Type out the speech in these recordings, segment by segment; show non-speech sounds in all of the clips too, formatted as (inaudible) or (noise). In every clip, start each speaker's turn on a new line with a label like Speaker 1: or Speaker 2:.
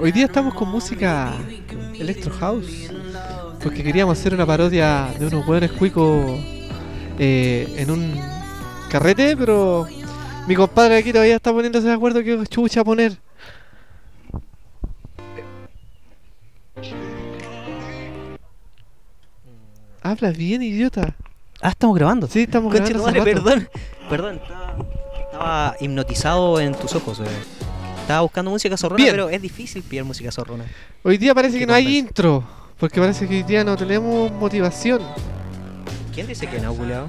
Speaker 1: Hoy día estamos con música Electro House. Porque queríamos hacer una parodia de unos hueones cuicos eh, en un carrete, pero mi compadre aquí todavía está poniéndose de acuerdo que chucha poner. Hablas bien, idiota.
Speaker 2: Ah, estamos grabando.
Speaker 1: Sí, estamos
Speaker 2: Conche tu
Speaker 1: grabando hace
Speaker 2: madre,
Speaker 1: rato.
Speaker 2: perdón. Perdón, estaba, estaba hipnotizado en tus ojos. eh. Estaba buscando música zorrona,
Speaker 1: Bien.
Speaker 2: pero es difícil pillar música zorrona.
Speaker 1: Hoy día parece
Speaker 2: Qué
Speaker 1: que no hay
Speaker 2: conversa.
Speaker 1: intro. Porque parece que hoy día no tenemos motivación.
Speaker 2: ¿Quién dice que no, culiao?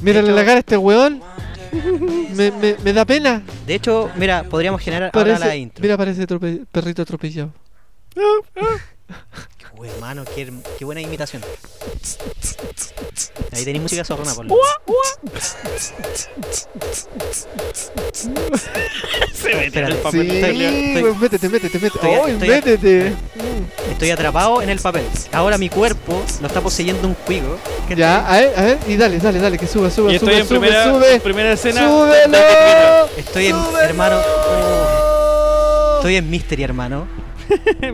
Speaker 1: Mírale
Speaker 2: hecho-
Speaker 1: la cara a este
Speaker 2: (laughs)
Speaker 1: weón. Me, me- me da pena.
Speaker 2: De hecho, mira, podríamos generar
Speaker 1: Parece,
Speaker 2: ahora la intro.
Speaker 1: Mira, parece trope- perrito atropellado.
Speaker 2: Qué buen- hermano, qué, herm- qué buena imitación. Ahí tenéis música zorrona, por lo
Speaker 3: Se metió en
Speaker 2: Espérate.
Speaker 3: el
Speaker 1: Sí,
Speaker 3: papel.
Speaker 2: estoy-
Speaker 1: weón, métete, métete, métete.
Speaker 2: estoy-
Speaker 1: ¡Ay,
Speaker 2: estoy-
Speaker 1: métete!
Speaker 2: Estoy atrapado en el papel. Ahora mi cuerpo lo está poseyendo un cuigo.
Speaker 1: Ya, a ver, a ver, y dale, dale, dale, que suba, suba,
Speaker 3: Y
Speaker 1: sube,
Speaker 3: estoy en
Speaker 1: sube,
Speaker 3: primera, en
Speaker 1: sube.
Speaker 3: primera escena. (laughs)
Speaker 1: ¡Súbelo!
Speaker 2: Estoy en,
Speaker 1: ¡Súbelo!
Speaker 2: hermano. oh, Estoy en Mystery, hermano.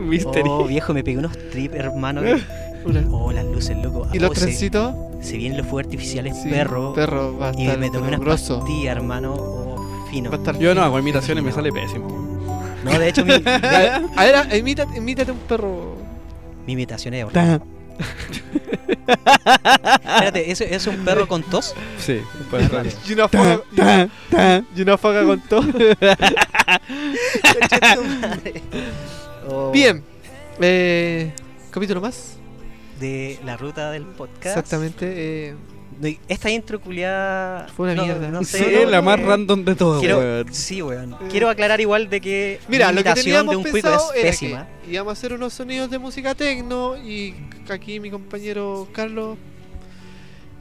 Speaker 3: Mistery.
Speaker 2: Oh, viejo, me pegué unos trips,
Speaker 1: (laughs)
Speaker 2: hermano.
Speaker 1: Una-
Speaker 2: Oh, las luces, loco.
Speaker 1: ¿Y los
Speaker 2: Oh, se-
Speaker 1: trencitos?
Speaker 2: Se vienen los fuegos artificiales,
Speaker 1: Sí,
Speaker 2: perro.
Speaker 1: Perro, va a
Speaker 2: Y
Speaker 1: estar
Speaker 2: me tomé unas
Speaker 1: grosso.
Speaker 2: pastillas, hermano. Oh, fino.
Speaker 1: Va a estar
Speaker 3: Yo no
Speaker 1: fino.
Speaker 3: hago imitaciones, me sale pésimo.
Speaker 2: No, de hecho, mi,
Speaker 1: (laughs) Ya, A ver, a- imítate, imítate un perro.
Speaker 2: mi imitación es horrible. Espérate, ¿eso, ¿es un perro con tos?
Speaker 3: Sí, pues raro.
Speaker 1: Y una faga, y una- y una faga con todo.
Speaker 2: (laughs) Oh,
Speaker 1: Bien. Eh, capítulo más.
Speaker 2: De la ruta del podcast.
Speaker 1: Exactamente. eh,
Speaker 2: No, y Esta intro culiada.
Speaker 1: Fue una
Speaker 2: no,
Speaker 1: mierda. Eh.
Speaker 2: No sé,
Speaker 3: Sí,
Speaker 2: no,
Speaker 3: es la
Speaker 2: no,
Speaker 3: más
Speaker 2: eh,
Speaker 3: random de todas,
Speaker 2: Quiero,
Speaker 3: weón.
Speaker 2: sí, weón. Quiero aclarar igual de que
Speaker 1: Mira,
Speaker 2: mi
Speaker 1: lo que
Speaker 2: imitación de
Speaker 1: teníamos
Speaker 2: un cuico es
Speaker 1: pensado era
Speaker 2: pésima.
Speaker 1: que íbamos a hacer unos sonidos de música tecno y aquí mi compañero Carlos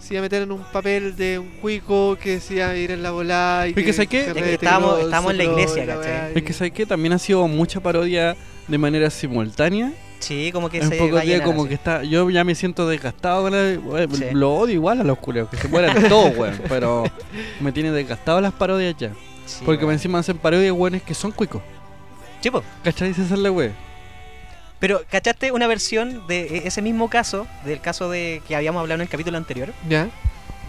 Speaker 1: se iba a meter en un papel de un cuico que se iba a ir en la volada y
Speaker 3: Porque ¿sabes qué? Es que
Speaker 1: carrete,
Speaker 2: estábamos-
Speaker 1: grosso,
Speaker 2: estábamos en la
Speaker 1: bro,
Speaker 2: iglesia,
Speaker 1: y la
Speaker 2: ¿cachai?
Speaker 1: weá, y-
Speaker 3: Es que sabes que también ha sido mucha parodia de manera simultánea.
Speaker 2: Sí, como que
Speaker 3: En
Speaker 2: se
Speaker 3: pocos
Speaker 2: va a
Speaker 3: días
Speaker 2: llenar
Speaker 3: como
Speaker 2: así.
Speaker 3: que está. Yo ya me siento desgastado con la- weón,
Speaker 2: Sí.
Speaker 3: Lo odio igual a los culeos, que se mueran (laughs) todos, weón. Pero me tiene desgastado las parodias ya.
Speaker 2: Sí,
Speaker 3: Porque
Speaker 2: weón.
Speaker 3: encima hacen parodias weones que son cuicos.
Speaker 2: Sí, po.
Speaker 3: ¿Cachai? Esa es la wea.
Speaker 2: Pero, ¿cachaste una versión de e- ese mismo caso, del caso de que habíamos hablado en el capítulo anterior?
Speaker 1: ¿Ya?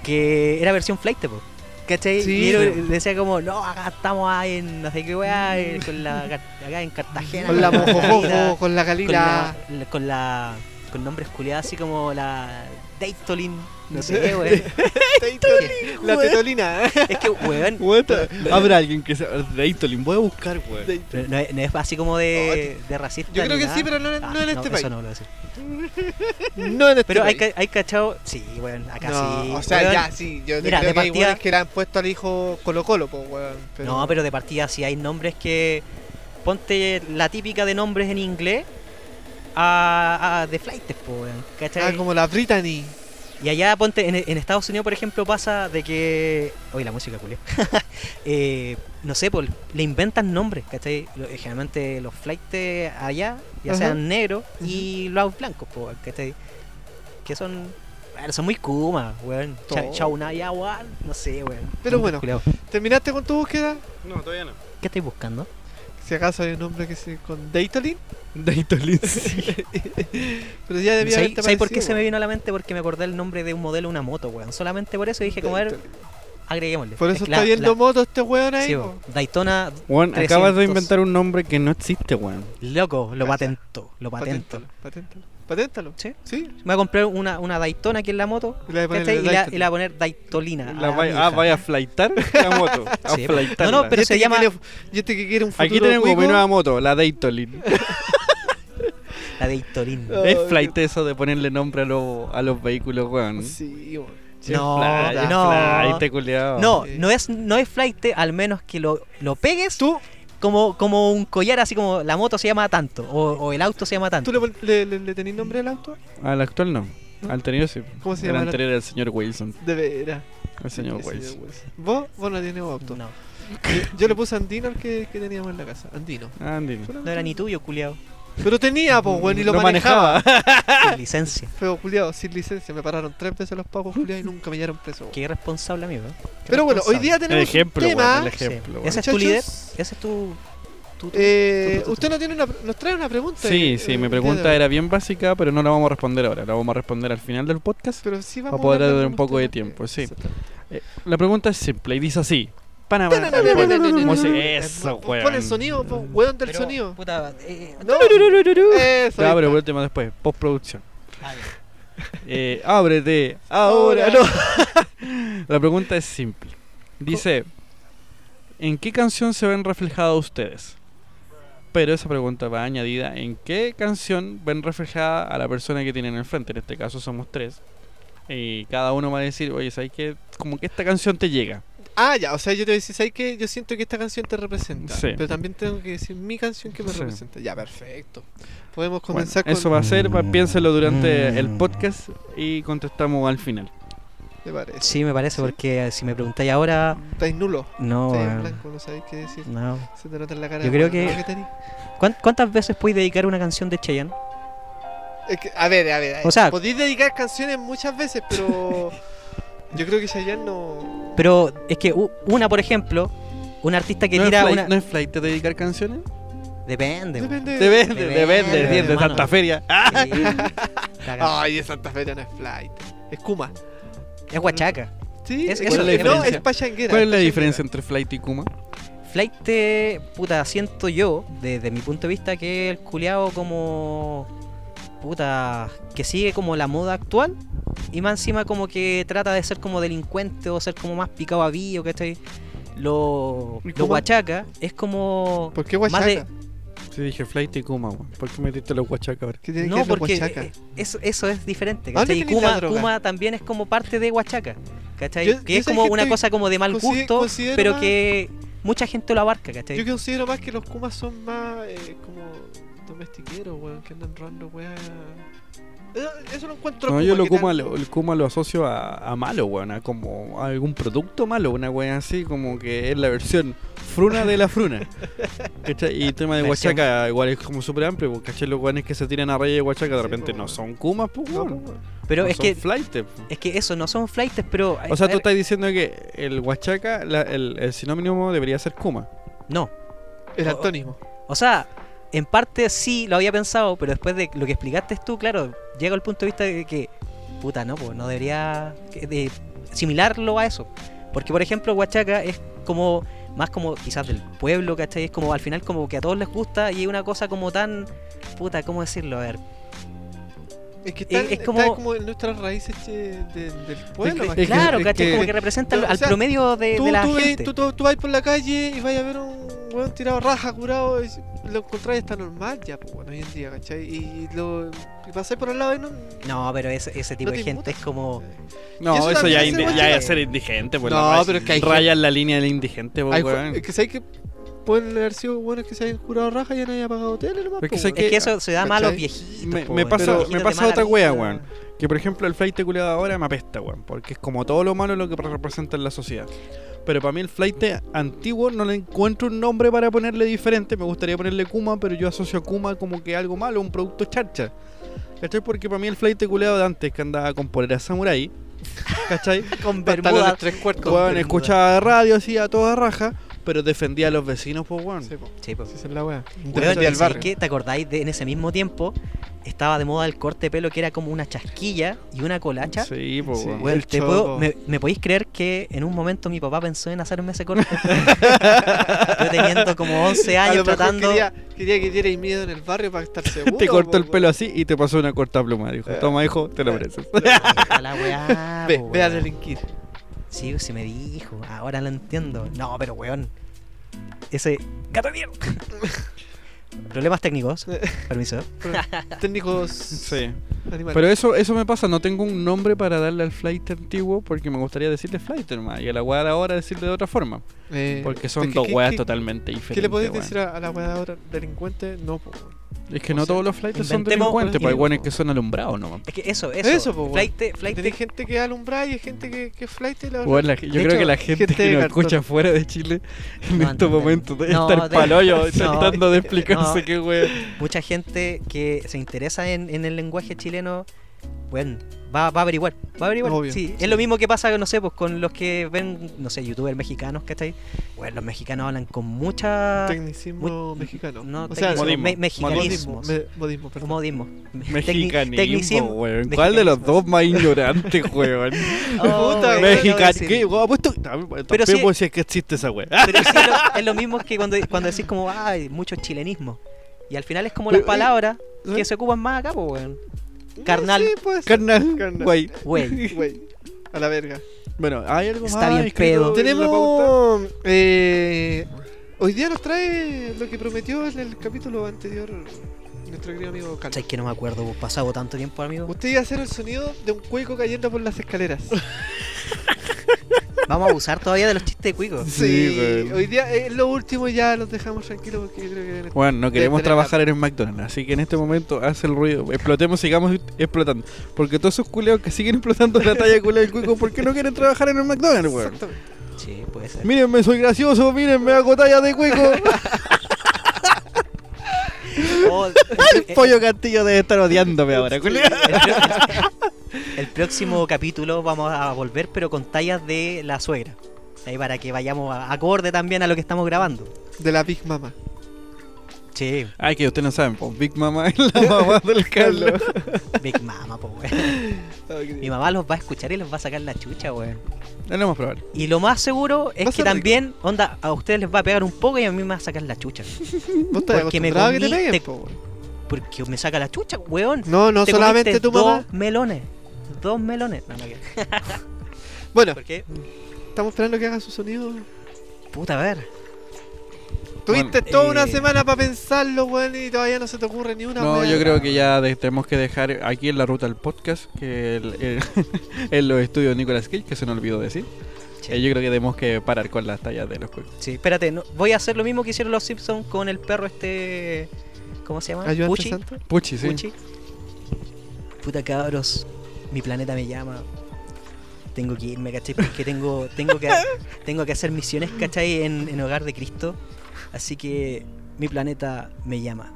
Speaker 2: Que era versión flight, po. ¿Cachai?
Speaker 1: Sí,
Speaker 2: y era- eh,
Speaker 1: pero-
Speaker 2: decía como, no, acá estamos ahí en no sé qué weá, eh, con la, car- acá en Cartagena.
Speaker 1: (laughs) Mm. Con la mojojojo,
Speaker 2: Galina,
Speaker 1: con la
Speaker 2: con la,
Speaker 1: galila.
Speaker 2: la- con la- con nombres culiados así como la Deitolin, no sé, weón.
Speaker 1: (laughs) La tetolina. ¿eh?
Speaker 2: (laughs) Es que, weón,
Speaker 3: (laughs) Habrá alguien que se. Deitolin, voy a buscar, weón.
Speaker 2: no, no es, no es así como de, de racista.
Speaker 1: Yo creo
Speaker 2: ni
Speaker 1: que
Speaker 2: nada.
Speaker 1: sí, pero no, en-
Speaker 2: Ah,
Speaker 1: no en este
Speaker 2: eso
Speaker 1: país.
Speaker 2: no lo voy a decir.
Speaker 1: No en este
Speaker 2: Pero hay,
Speaker 1: país.
Speaker 2: ca- hay cachado. Sí, weón, acá
Speaker 1: No,
Speaker 2: sí.
Speaker 1: O sea,
Speaker 2: weón.
Speaker 1: ya, sí. Yo te
Speaker 2: Mira,
Speaker 1: creo
Speaker 2: de
Speaker 1: que hay
Speaker 2: partida-
Speaker 1: weones que le han puesto al hijo Colo Colo, pues, weón.
Speaker 2: No, pero de partida sí hay nombres que. Ponte la típica de nombres en inglés a, a- de flight, po, weón, ¿cachai?
Speaker 1: Ah, como la Brittany.
Speaker 2: Y allá, ponte, en, en Estados Unidos, por ejemplo, pasa de que. Oye, la música, culio. (laughs) Eh, no sé, po, le inventan nombres, ¿cachai? Lo- eh, Generalmente los flightes allá, ya
Speaker 1: Ajá.
Speaker 2: sean negros y los blancos, po, weón, ¿cachai? Que son. bueno, son muy kumas, weón. Cha-
Speaker 1: Todo.
Speaker 2: Chaunaya, weón. No sé, weón.
Speaker 1: Pero
Speaker 2: Nombres
Speaker 1: bueno.
Speaker 2: culiaos.
Speaker 1: ¿Terminaste con tu búsqueda?
Speaker 3: No, todavía no.
Speaker 2: ¿Qué estáis buscando?
Speaker 1: Si acaso hay un nombre que se. con Deitolin.
Speaker 2: (laughs)
Speaker 3: Deitolin.
Speaker 1: Pero ya debía
Speaker 2: ¿Sabéis
Speaker 1: haberte
Speaker 2: sabéis por qué se
Speaker 1: parecido,
Speaker 2: me vino a la mente? Porque me acordé el nombre de un modelo de una moto, weón. Solamente por eso dije, como a ver,
Speaker 1: Daytona.
Speaker 2: agreguémosle.
Speaker 1: Por
Speaker 2: Es
Speaker 1: eso
Speaker 2: que
Speaker 1: está
Speaker 2: la-
Speaker 1: viendo
Speaker 2: la-
Speaker 1: moto este weón ahí.
Speaker 2: sí,
Speaker 1: po.
Speaker 2: po, Daytona,
Speaker 3: Weón, acabas de
Speaker 2: 300.
Speaker 3: inventar un nombre que no existe, weón.
Speaker 2: loco, lo
Speaker 1: Cacha.
Speaker 2: patento, lo patento.
Speaker 1: Paténtalo, paténtalo. Paténtalo.
Speaker 2: ¿Sí?
Speaker 1: Sí.
Speaker 2: Me voy a comprar una, una Daytona aquí en la moto,
Speaker 1: Y la de
Speaker 2: ¿cachai?
Speaker 1: ponerle
Speaker 2: Y la, y
Speaker 1: Daytona.
Speaker 2: la voy a poner Daytolina.
Speaker 3: La
Speaker 2: a
Speaker 3: vaya-
Speaker 2: mi
Speaker 3: ah,
Speaker 2: hija.
Speaker 3: vaya a flaitar la moto. A
Speaker 2: Sí,
Speaker 3: flaitarla.
Speaker 2: no, no,
Speaker 1: Y
Speaker 2: pero
Speaker 1: este
Speaker 2: se
Speaker 1: que
Speaker 2: llama-
Speaker 1: quiere- y este que quiere un futuro
Speaker 3: Aquí tenemos
Speaker 1: cuico,
Speaker 3: mi nueva moto, la Deitolin.
Speaker 2: La Daytolin.
Speaker 1: Oh,
Speaker 3: es
Speaker 1: qué-
Speaker 3: flight eso de ponerle nombre a, los- a los vehículos, weón.
Speaker 1: Sí, weón.
Speaker 3: Sí,
Speaker 2: No,
Speaker 3: flight, es
Speaker 2: no.
Speaker 3: flight, te culiao.
Speaker 2: No,
Speaker 1: Oh, Sí.
Speaker 2: no es, no es flight, al menos que lo, lo pegues
Speaker 1: Tú,
Speaker 2: como, como un collar, así como la moto se llama tanto, o, o el auto se llama tanto.
Speaker 1: ¿tú le, pon- le, le- le tenés nombre al auto?
Speaker 3: Al actual no. Al anterior sí.
Speaker 1: ¿Cómo se
Speaker 3: El
Speaker 1: llama el
Speaker 3: anterior era el señor Wilson.
Speaker 1: De veras.
Speaker 3: El señor
Speaker 1: El señor
Speaker 3: Wilson.
Speaker 1: Wilson. ¿Vos? Vos no tenés auto.
Speaker 2: No,
Speaker 1: Yo- Yo le puse Andino al que, que teníamos en la casa. Andino.
Speaker 3: Andy.
Speaker 2: no era ni tuyo,
Speaker 1: (laughs)
Speaker 2: culiao.
Speaker 1: Pero tenía, pues, weón, y lo,
Speaker 3: Lo
Speaker 1: manejaba.
Speaker 2: Sin licencia.
Speaker 1: Feo culiado, sin licencia. Me pararon tres veces los pagos culiados y nunca me llevaron preso. weón.
Speaker 2: Qué irresponsable, amigo. Qué
Speaker 1: Pero bueno, hoy
Speaker 2: responsable.
Speaker 1: día
Speaker 3: El
Speaker 1: tenemos
Speaker 3: ejemplo,
Speaker 1: un
Speaker 3: weón.
Speaker 1: tema.
Speaker 3: El ejemplo,
Speaker 2: Sí.
Speaker 3: weón.
Speaker 2: Ese es tu líder,
Speaker 1: Muchachos.
Speaker 2: ese es tu tú- tú-
Speaker 1: Eh,
Speaker 2: tú- tú-
Speaker 1: usted no tiene una, nos trae una pregunta.
Speaker 3: Sí,
Speaker 1: eh,
Speaker 3: sí,
Speaker 1: eh,
Speaker 3: mi
Speaker 1: el día
Speaker 3: pregunta
Speaker 1: de hoy.
Speaker 3: era bien básica, pero no la vamos a responder ahora, la vamos a responder al final del podcast.
Speaker 1: Pero sí vamos
Speaker 3: para poder
Speaker 1: hablar
Speaker 3: dar
Speaker 1: con
Speaker 3: un poco
Speaker 1: usted,
Speaker 3: de
Speaker 1: eh,
Speaker 3: tiempo, sí.
Speaker 1: exactamente.
Speaker 3: Eh, la pregunta es simple y dice así. Pana, pana, pana, pana. ¿Cómo se- Eso,
Speaker 1: Pon- Pon
Speaker 3: weón.
Speaker 1: el sonido, pon- weón del
Speaker 2: Pero,
Speaker 1: sonido.
Speaker 2: puta, eh,
Speaker 1: No. Eso.
Speaker 3: Ya,
Speaker 1: ahí
Speaker 3: pero
Speaker 1: está.
Speaker 3: último después,
Speaker 1: (laughs)
Speaker 3: postproducción.
Speaker 2: ah, ya.
Speaker 3: Eh, ábrete, ahora no. (laughs) La pregunta es simple. Dice, ¿en qué canción se ven reflejados ustedes? Pero esa pregunta va añadida, ¿en qué canción ven reflejada a la persona que tienen enfrente? En este caso somos tres. Y cada uno va a decir, oye, ¿sabes qué? Como que esta canción te llega.
Speaker 1: Ah, ya, o sea, yo te voy a decir, ¿sabes qué? Yo siento que esta canción te representa.
Speaker 3: Sí.
Speaker 1: Pero también tengo que decir mi canción que me
Speaker 3: Sí.
Speaker 1: representa. Ya, perfecto. Podemos
Speaker 3: Bueno,
Speaker 1: comenzar con.
Speaker 3: Eso va a ser, va- piénselo durante
Speaker 2: Mm.
Speaker 3: el podcast y contestamos al final.
Speaker 1: ¿Te parece?
Speaker 2: Sí, me parece, porque eh, si me preguntáis ahora,
Speaker 1: Estáis nulo.
Speaker 2: no.
Speaker 1: Estáis
Speaker 2: eh,
Speaker 1: en blanco, no sabéis qué decir.
Speaker 2: no.
Speaker 1: Se te nota en la cara.
Speaker 2: Yo creo
Speaker 1: bueno,
Speaker 2: que-
Speaker 1: ¿no? tenéis?
Speaker 2: ¿Cuán- ¿Cuántas veces podéis dedicar una canción de Cheyenne?
Speaker 1: Es que, a ver, a ver. a ver.
Speaker 2: O sea-
Speaker 1: podéis dedicar canciones muchas veces,
Speaker 2: (laughs)
Speaker 1: pero. yo creo que Chayanne no.
Speaker 2: Pero es que u- una, por ejemplo, un artista que
Speaker 3: ¿No,
Speaker 2: tira
Speaker 3: es flight,
Speaker 2: una.
Speaker 3: ¿No es flight de dedicar canciones?
Speaker 2: Depende.
Speaker 1: Depende.
Speaker 3: Te vende, te
Speaker 2: Depende,
Speaker 3: vende,
Speaker 1: depende,
Speaker 3: de
Speaker 2: hermano.
Speaker 3: Santa Feria. Ah,
Speaker 2: Sí.
Speaker 1: (laughs)
Speaker 2: La canción-
Speaker 1: Ay, es Santa Fe, no es flight. Es Kuma.
Speaker 2: es guachaca.
Speaker 1: Sí,
Speaker 2: Es-
Speaker 1: es
Speaker 2: eso es la
Speaker 1: No,
Speaker 3: diferencia.
Speaker 1: es pachanguera.
Speaker 3: ¿Cuál es la
Speaker 1: pachanguera.
Speaker 3: diferencia entre flight y Kuma?
Speaker 2: Flight, puta, siento yo, desde mi punto de vista, que el culeado como. puta. que sigue como la moda actual y más encima como que trata de ser como delincuente o ser como más picado a que ¿cachai? Lo,
Speaker 1: ¿Y
Speaker 2: lo
Speaker 1: cómo?
Speaker 2: guachaca es como.
Speaker 1: ¿Por qué
Speaker 2: Más
Speaker 1: Huachaca?
Speaker 2: de-
Speaker 3: Sí, dije flight y Kuma, weón. ¿Por qué metiste los huachacas ahora?
Speaker 1: ¿Qué tiene que
Speaker 2: No,
Speaker 1: ver los
Speaker 2: porque
Speaker 1: Huachaca?
Speaker 2: eh, eso, eso es diferente.
Speaker 1: ¿A dónde
Speaker 2: ¿cachai? Y
Speaker 1: tenéis la
Speaker 2: Kuma,
Speaker 1: droga?
Speaker 2: Kuma también es como parte de Huachaca. ¿cachai?
Speaker 1: Yo-
Speaker 2: que
Speaker 1: yo
Speaker 2: es
Speaker 1: sé
Speaker 2: como
Speaker 1: que
Speaker 2: una
Speaker 1: estoy-
Speaker 2: cosa como de mal
Speaker 1: consi-
Speaker 2: gusto,
Speaker 1: considero
Speaker 2: pero
Speaker 1: más-
Speaker 2: que mucha gente lo abarca. ¿cachai?
Speaker 1: Yo considero más que los Kumas son más eh, como domestiqueros, weón, que andan robando weas. Eso, eso lo encuentro
Speaker 3: No, yo lo
Speaker 1: que tan-
Speaker 3: Kuma, lo, el Kuma lo asocio a, a malo, weón. A como a algún producto malo, una weá así, como que es la versión fruna de la
Speaker 2: (laughs)
Speaker 3: fruna. ¿Cachai? Y el tema de
Speaker 2: Versión-
Speaker 3: huachaca igual es como súper amplio, porque ¿cachai? Los weones que se tiran a reyes de huachaca de
Speaker 1: Sí,
Speaker 3: repente
Speaker 1: po,
Speaker 3: no
Speaker 1: weón.
Speaker 3: son Kumas, pues,
Speaker 1: No,
Speaker 3: weón.
Speaker 1: weón.
Speaker 2: pero
Speaker 3: No
Speaker 2: es
Speaker 3: son
Speaker 2: que
Speaker 3: flightes, po.
Speaker 2: es que eso no son flightes, pero. eh,
Speaker 3: O sea,
Speaker 2: a
Speaker 3: tú
Speaker 2: ver,
Speaker 3: estás diciendo que el huachaca, la- el, el sinónimo debería ser Kuma.
Speaker 2: No.
Speaker 1: El
Speaker 2: O-
Speaker 1: antónimo.
Speaker 2: O sea, en parte sí lo había pensado, pero después de lo que explicaste tú, claro, llega el punto de vista de que, puta, no, pues no debería que- de, similarlo a eso. Porque, por ejemplo, Huachaca es como, más como quizás del pueblo, ¿cachai? Es como al final como que a todos les gusta y es una cosa como tan, puta, ¿cómo decirlo? A ver,
Speaker 1: Es que están,
Speaker 2: Eh, es
Speaker 1: están como...
Speaker 2: como-
Speaker 1: en nuestras raíces che, de- del pueblo.
Speaker 3: que-
Speaker 1: más
Speaker 3: es que-
Speaker 2: claro, ¿cachai?
Speaker 3: que-
Speaker 2: como que representa
Speaker 1: o
Speaker 2: al
Speaker 1: sea,
Speaker 2: promedio de,
Speaker 1: tú,
Speaker 2: de la
Speaker 1: tú, ves-
Speaker 2: gente.
Speaker 1: tú, tú- tú vas por la calle y vas a ver un weón tirado raja, curado, y lo encontrás y está normal ya, pues bueno, hoy en día, ¿cachai? Y, lo y pasás por al lado y no...
Speaker 2: No, pero ese, ese tipo
Speaker 1: te
Speaker 2: de
Speaker 1: inmuta.
Speaker 2: gente es como...
Speaker 3: No,
Speaker 1: Y eso
Speaker 3: eso,
Speaker 1: también
Speaker 3: ya,
Speaker 1: es
Speaker 3: indi-
Speaker 1: ser
Speaker 3: ya
Speaker 1: huachaca.
Speaker 3: es ser indigente, pues.
Speaker 1: No,
Speaker 3: la weá,
Speaker 1: pero es que hay
Speaker 3: Rayan la línea del indigente, pues,
Speaker 1: Hay ju-
Speaker 3: weón.
Speaker 1: es que sabes que pueden haber sido buenos que se hayan curado raja y ya no hayan pagado hoteles nomás.
Speaker 3: Pero es que
Speaker 1: po,
Speaker 3: sabes
Speaker 1: weón.
Speaker 2: Es que eso se da mal a los
Speaker 1: Eh, ¿Cachai?
Speaker 2: viejitos.
Speaker 3: Me-
Speaker 2: po,
Speaker 3: me
Speaker 2: weón.
Speaker 3: pasa-
Speaker 2: Los viejitos
Speaker 3: me
Speaker 2: de
Speaker 3: pasa
Speaker 2: mala
Speaker 3: otra
Speaker 2: vida.
Speaker 3: wea, weón. Que por ejemplo el flight culiado ahora me apesta, weón. Porque es como todo lo malo lo que representa en la sociedad. Pero para mí el flight antiguo no le encuentro un nombre para ponerle diferente. Me gustaría ponerle Kuma, pero yo asocio a Kuma como que algo malo, un producto charcha. ¿Cachai? Porque para mí el flight culiado de antes que andaba con polera samurai.
Speaker 1: (laughs)
Speaker 3: ¿Cachai?
Speaker 2: Con
Speaker 1: Pantalones
Speaker 2: bermudas.
Speaker 1: tres cuartos.
Speaker 3: Weón,
Speaker 2: bermuda.
Speaker 3: escuchaba radio así a toda raja, pero defendía a los vecinos, pues weón.
Speaker 1: Sí, po.
Speaker 2: Sí, po.
Speaker 1: Sí, esa es la wea.
Speaker 2: Weón,
Speaker 1: Defendía
Speaker 2: ¿y
Speaker 1: el
Speaker 2: sabéis
Speaker 1: barrio.
Speaker 2: qué? ¿Te acordáis de en ese mismo tiempo? Estaba de moda el corte de pelo que era como una chasquilla y una colacha.
Speaker 3: Sí, pues
Speaker 1: Sí.
Speaker 3: weón.
Speaker 2: Weón,
Speaker 1: el
Speaker 2: ¿te puedo-
Speaker 1: chorro.
Speaker 2: me, me podéis creer que en un momento mi papá pensó en hacerme
Speaker 1: (laughs)
Speaker 2: ese corte? Yo teniendo como 11
Speaker 1: A lo
Speaker 2: años
Speaker 1: mejor
Speaker 2: tratando.
Speaker 1: Quería, quería que dierais miedo en el barrio para estar seguro. pues,
Speaker 3: Te cortó
Speaker 1: po,
Speaker 3: el
Speaker 1: weón. Eh.
Speaker 3: pelo así y te pasó una corta pluma, dijo. Toma, hijo, te lo mereces.
Speaker 2: (laughs) A la weá,
Speaker 1: (laughs) Ve,
Speaker 3: pues,
Speaker 2: po,
Speaker 1: ve a
Speaker 2: weón.
Speaker 1: delinquir.
Speaker 2: Sí, se me dijo. Ahora lo entiendo. No, pero weón. Ese. ¡Gato de mierda!
Speaker 1: (laughs)
Speaker 2: Problemas técnicos. Permiso.
Speaker 1: Técnicos
Speaker 3: Sí.
Speaker 1: animales.
Speaker 3: Pero eso, eso me pasa, no tengo un nombre para darle al flight antiguo porque me gustaría decirle flight nomás y a la weá de ahora decirle de otra forma.
Speaker 1: Eh,
Speaker 3: Porque
Speaker 1: es
Speaker 3: son
Speaker 1: que
Speaker 3: dos
Speaker 1: ¿qué-
Speaker 3: weas
Speaker 1: qué-
Speaker 3: totalmente diferentes.
Speaker 1: ¿Qué le podéis
Speaker 3: weón.
Speaker 1: decir a, a la wea ahora? ¿Delincuente? No, po. weón.
Speaker 3: Es que
Speaker 1: o
Speaker 3: no
Speaker 1: sea,
Speaker 3: todos los flights son
Speaker 2: inventemos-
Speaker 3: delincuentes, pues hay
Speaker 2: inventemos.
Speaker 3: weones que son alumbrados nomás.
Speaker 2: Es que eso, eso.
Speaker 1: Eso, po, weón.
Speaker 2: Flight, flight
Speaker 1: Tenéis gente que es alumbrada y hay gente que, que es flight y la otra- (laughs)
Speaker 3: Weón, la- yo
Speaker 1: De
Speaker 3: creo
Speaker 1: hecho,
Speaker 3: que la gente,
Speaker 1: gente
Speaker 3: que
Speaker 1: de
Speaker 3: nos
Speaker 1: cartón.
Speaker 3: escucha fuera de Chile en
Speaker 2: No
Speaker 3: estos
Speaker 2: entienden.
Speaker 3: momentos debe
Speaker 2: No,
Speaker 3: estar
Speaker 2: de-
Speaker 3: paloyo
Speaker 2: (laughs) no.
Speaker 3: tratando de explicarse
Speaker 2: No.
Speaker 3: qué wea.
Speaker 2: mucha gente que se interesa en, en el lenguaje chileno, bueno, va, va a averiguar. Va a averiguar.
Speaker 1: Obvio,
Speaker 2: sí,
Speaker 1: sí.
Speaker 2: Es lo mismo que pasa, no sé, pues con los que ven, no sé, youtubers mexicanos, ¿cachai? Bueno, los mexicanos hablan con mucha.
Speaker 1: Tecnicismo mexicano.
Speaker 2: Ah, No,
Speaker 1: o sea,
Speaker 2: tecnicismo,
Speaker 3: modismo,
Speaker 2: me- mexicanismos.
Speaker 1: modismo, me- modismo, perdón.
Speaker 2: Modismo. Tecni-
Speaker 3: Mexicanismo,
Speaker 2: tecnicismo,
Speaker 3: weón. ¿Cuál de los
Speaker 2: mexicanismos.
Speaker 3: dos más ignorante,
Speaker 2: (laughs)
Speaker 3: weón?
Speaker 2: Oh,
Speaker 1: Puta,
Speaker 2: weón, no voy a
Speaker 3: Mexican...
Speaker 2: decir.
Speaker 3: ¿Qué? Weón, ah, apuesto- También
Speaker 2: Pero
Speaker 3: también
Speaker 2: sí-
Speaker 3: puedo decir que existe esa Ah, weón.
Speaker 2: Pero sí, es lo, es lo mismo que cuando, cuando decís como, ay, mucho chilenismo. Y al final es como
Speaker 3: Pero,
Speaker 2: las palabras
Speaker 3: eh,
Speaker 2: que se ocupan más acá, pues, weón.
Speaker 1: No,
Speaker 2: Carnal.
Speaker 1: sí, puede ser.
Speaker 2: (laughs)
Speaker 3: Carnal,
Speaker 1: Carnal.
Speaker 3: güey.
Speaker 2: Güey.
Speaker 1: (laughs)
Speaker 3: (laughs)
Speaker 1: Güey, a la verga.
Speaker 3: Bueno, hay algo
Speaker 2: Está
Speaker 3: más.
Speaker 2: bien
Speaker 3: escrito
Speaker 2: pedo.
Speaker 3: en la pauta?
Speaker 1: Tenemos. eh, hoy día nos trae lo que prometió en el capítulo anterior nuestro querido amigo Carlos.
Speaker 2: ¿Sabes que no me acuerdo? vos, Pasado tanto tiempo, amigo.
Speaker 1: Usted iba a hacer el sonido de un cueco cayendo por las (laughs) escaleras.
Speaker 2: Vamos a abusar todavía de los chistes de cuico.
Speaker 3: Sí, güey.
Speaker 1: Hoy día es lo último, ya los dejamos tranquilos porque yo creo que deben estar-
Speaker 3: Bueno, no queremos
Speaker 1: Desde la-
Speaker 3: trabajar en el McDonald's, así que en este momento hace el ruido. Explotemos, sigamos explotando. Porque todos esos culeos que siguen explotando la talla culea del cuico, ¿por qué no quieren trabajar en el McDonald's, weón?
Speaker 1: Exactamente.
Speaker 2: Sí, puede ser.
Speaker 3: Mírenme, soy gracioso, mírenme, hago talla de
Speaker 2: (laughs)
Speaker 3: cuico.
Speaker 2: Oh,
Speaker 3: El pollo castillo debe estar
Speaker 2: (laughs)
Speaker 3: odiándome ahora, culiao.
Speaker 2: El próximo capítulo vamos a volver, pero con tallas de la suegra. Ahí para que vayamos a- acorde también a lo que estamos grabando.
Speaker 1: De la Big Mama.
Speaker 2: Sí,
Speaker 3: Ay, que ustedes no saben, pues Big Mama es la (laughs) mamá del Carlos.
Speaker 2: Big Mama, po, weón. Mi mamá los va a escuchar y les va a sacar la chucha, weón.
Speaker 3: Es lo más probable.
Speaker 2: Y lo más seguro
Speaker 1: Va
Speaker 2: es
Speaker 1: a
Speaker 2: que
Speaker 1: ser rico.
Speaker 2: también, onda, a ustedes les va a pegar un poco y a mí me va a sacar la chucha.
Speaker 1: ¿Vos estás
Speaker 2: Porque me
Speaker 1: acostumbrado a que te
Speaker 2: comí-
Speaker 1: peguen,
Speaker 2: te-
Speaker 1: po, güey?
Speaker 2: Porque me saca la chucha, weón.
Speaker 1: No, no
Speaker 2: Te
Speaker 1: solamente
Speaker 2: comiste
Speaker 1: tu mamá.
Speaker 2: Dos melones. Dos melones. No, no,
Speaker 1: (laughs)
Speaker 2: que-
Speaker 1: Bueno,
Speaker 2: ¿Por qué?
Speaker 1: estamos esperando que haga su sonido.
Speaker 2: Puta, a ver.
Speaker 1: Tuviste toda
Speaker 2: eh,
Speaker 1: una semana para pensarlo, weón, y todavía no se te ocurre ni una.
Speaker 3: No,
Speaker 1: wea.
Speaker 3: yo creo que ya de- tenemos que dejar aquí en la ruta el podcast, que el- el- (laughs) en los estudios de Nicolas Cage, que se nos olvidó decir.
Speaker 2: Sí.
Speaker 3: Eh, yo creo que tenemos que parar con las tallas de los cuicos.
Speaker 2: Sí, espérate. no- voy a hacer lo mismo que hicieron los Simpsons con el perro este... ¿Cómo se llama?
Speaker 1: ¿Ayudante
Speaker 2: Puchi.
Speaker 1: santo?
Speaker 3: Puchi, sí. (laughs)
Speaker 2: Puchi. Puta cabros, mi planeta me llama. Tengo que irme, ¿cachai? Porque tengo, tengo, que, tengo que hacer misiones, ¿cachai? En, en Hogar de Cristo. Así que mi planeta me llama.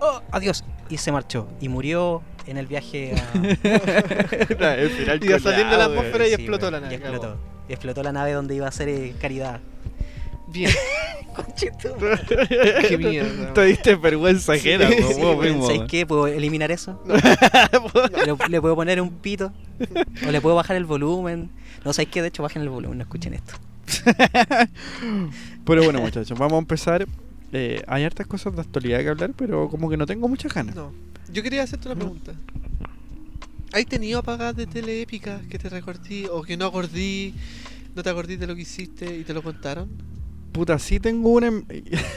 Speaker 2: Oh, adiós. Y se marchó. Y murió en el viaje
Speaker 1: (laughs)
Speaker 2: a...
Speaker 3: el final
Speaker 1: Iba saliendo la
Speaker 3: culiao,
Speaker 1: atmósfera
Speaker 3: weón.
Speaker 1: y explotó
Speaker 2: weón,
Speaker 1: la nave,
Speaker 2: Y explotó. Y explotó la nave donde iba a hacer eh, caridad.
Speaker 1: Bien. (laughs) Qué mierda.
Speaker 3: eh. Te diste vergüenza
Speaker 1: (laughs)
Speaker 3: ajena,
Speaker 1: Sí,
Speaker 3: po,
Speaker 1: sí, (laughs)
Speaker 3: vos
Speaker 2: Bueno,
Speaker 3: mismo.
Speaker 2: ¿Sabes qué? ¿Puedo eliminar eso? ¿Le, le puedo poner un pito? ¿O le puedo bajar el volumen? No, ¿sabes qué? De hecho, bajen el volumen, no escuchen esto.
Speaker 3: Pero bueno, muchachos, vamos a empezar. Eh, hay hartas cosas de actualidad que hablar, pero como que no tengo muchas ganas.
Speaker 1: No. Yo quería hacerte una pregunta. ¿Has tenido apagadas de tele épicas que te recordí o que no acordí? ¿No te acordí de lo que hiciste y te lo contaron?
Speaker 3: Puta, sí tengo una. en-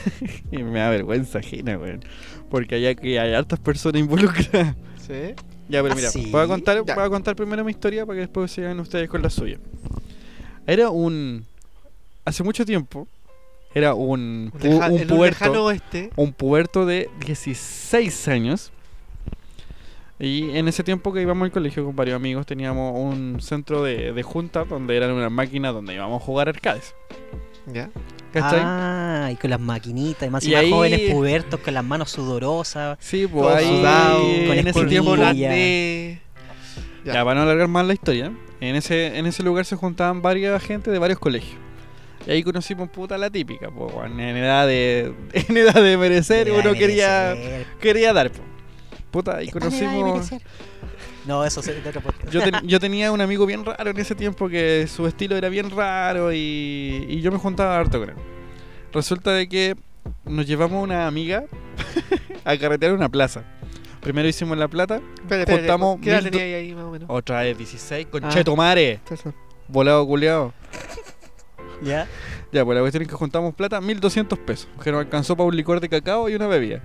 Speaker 3: (laughs) y me da vergüenza ajena, weón. Porque hay, aquí- hay hartas personas involucradas. (laughs)
Speaker 1: Sí.
Speaker 3: Ya, pero
Speaker 2: ¿Ah,
Speaker 3: mira,
Speaker 2: sí?
Speaker 3: voy, a contar,
Speaker 1: Ya.
Speaker 3: voy a contar primero mi historia para que después sigan ustedes con la suya. Era un. Hace mucho tiempo, era un.
Speaker 1: Un,
Speaker 3: pu-
Speaker 1: leja-
Speaker 3: un
Speaker 1: en un
Speaker 3: puerto.
Speaker 1: lejano oeste.
Speaker 3: un puberto de 16 años. Y en ese tiempo que íbamos al colegio con varios amigos teníamos un centro de, de junta donde eran una máquina donde íbamos a jugar arcades.
Speaker 1: Ya.
Speaker 3: ¿Cachai?
Speaker 2: Ah, y con las maquinitas, y más
Speaker 3: Y
Speaker 2: y más
Speaker 3: ahí-
Speaker 2: jóvenes pubertos, con las manos sudorosas.
Speaker 3: Sí, pues
Speaker 1: Todo
Speaker 3: ahí
Speaker 1: sudado,
Speaker 2: con
Speaker 3: en ese
Speaker 2: espinilla.
Speaker 3: tiempo
Speaker 1: Con
Speaker 3: la-
Speaker 4: Eh,
Speaker 1: acné.
Speaker 3: Ya. para no alargar más la historia, en ese, en ese lugar se juntaban varias gente de varios colegios. Y ahí conocimos puta la típica, pues, en edad de, (laughs) en edad de merecer,
Speaker 2: Era
Speaker 3: uno
Speaker 2: de
Speaker 3: quería,
Speaker 2: merecer.
Speaker 3: quería dar, pues. Puta, y
Speaker 2: Esta era de
Speaker 3: conocimos...
Speaker 2: merecer. No, eso se de otro podcast.
Speaker 3: Yo, ten- yo tenía un amigo bien raro en ese tiempo que su estilo era bien raro y, y yo me juntaba harto con él. Resulta de que nos llevamos una amiga (laughs) a carretear a una plaza. Primero hicimos La Plata,
Speaker 1: Espera, espera,
Speaker 3: Juntamos
Speaker 1: ¿Qué edad
Speaker 3: mil Oh,
Speaker 1: tenía ahí, ahí más o menos?
Speaker 3: otra vez 16, con
Speaker 1: Ah.
Speaker 3: Chetomare, volado culeado.
Speaker 2: (laughs) ¿Ya?
Speaker 3: (laughs) Ya, pues la cuestión es que juntamos plata, 1200 pesos, que nos alcanzó para un licor de cacao y una bebida.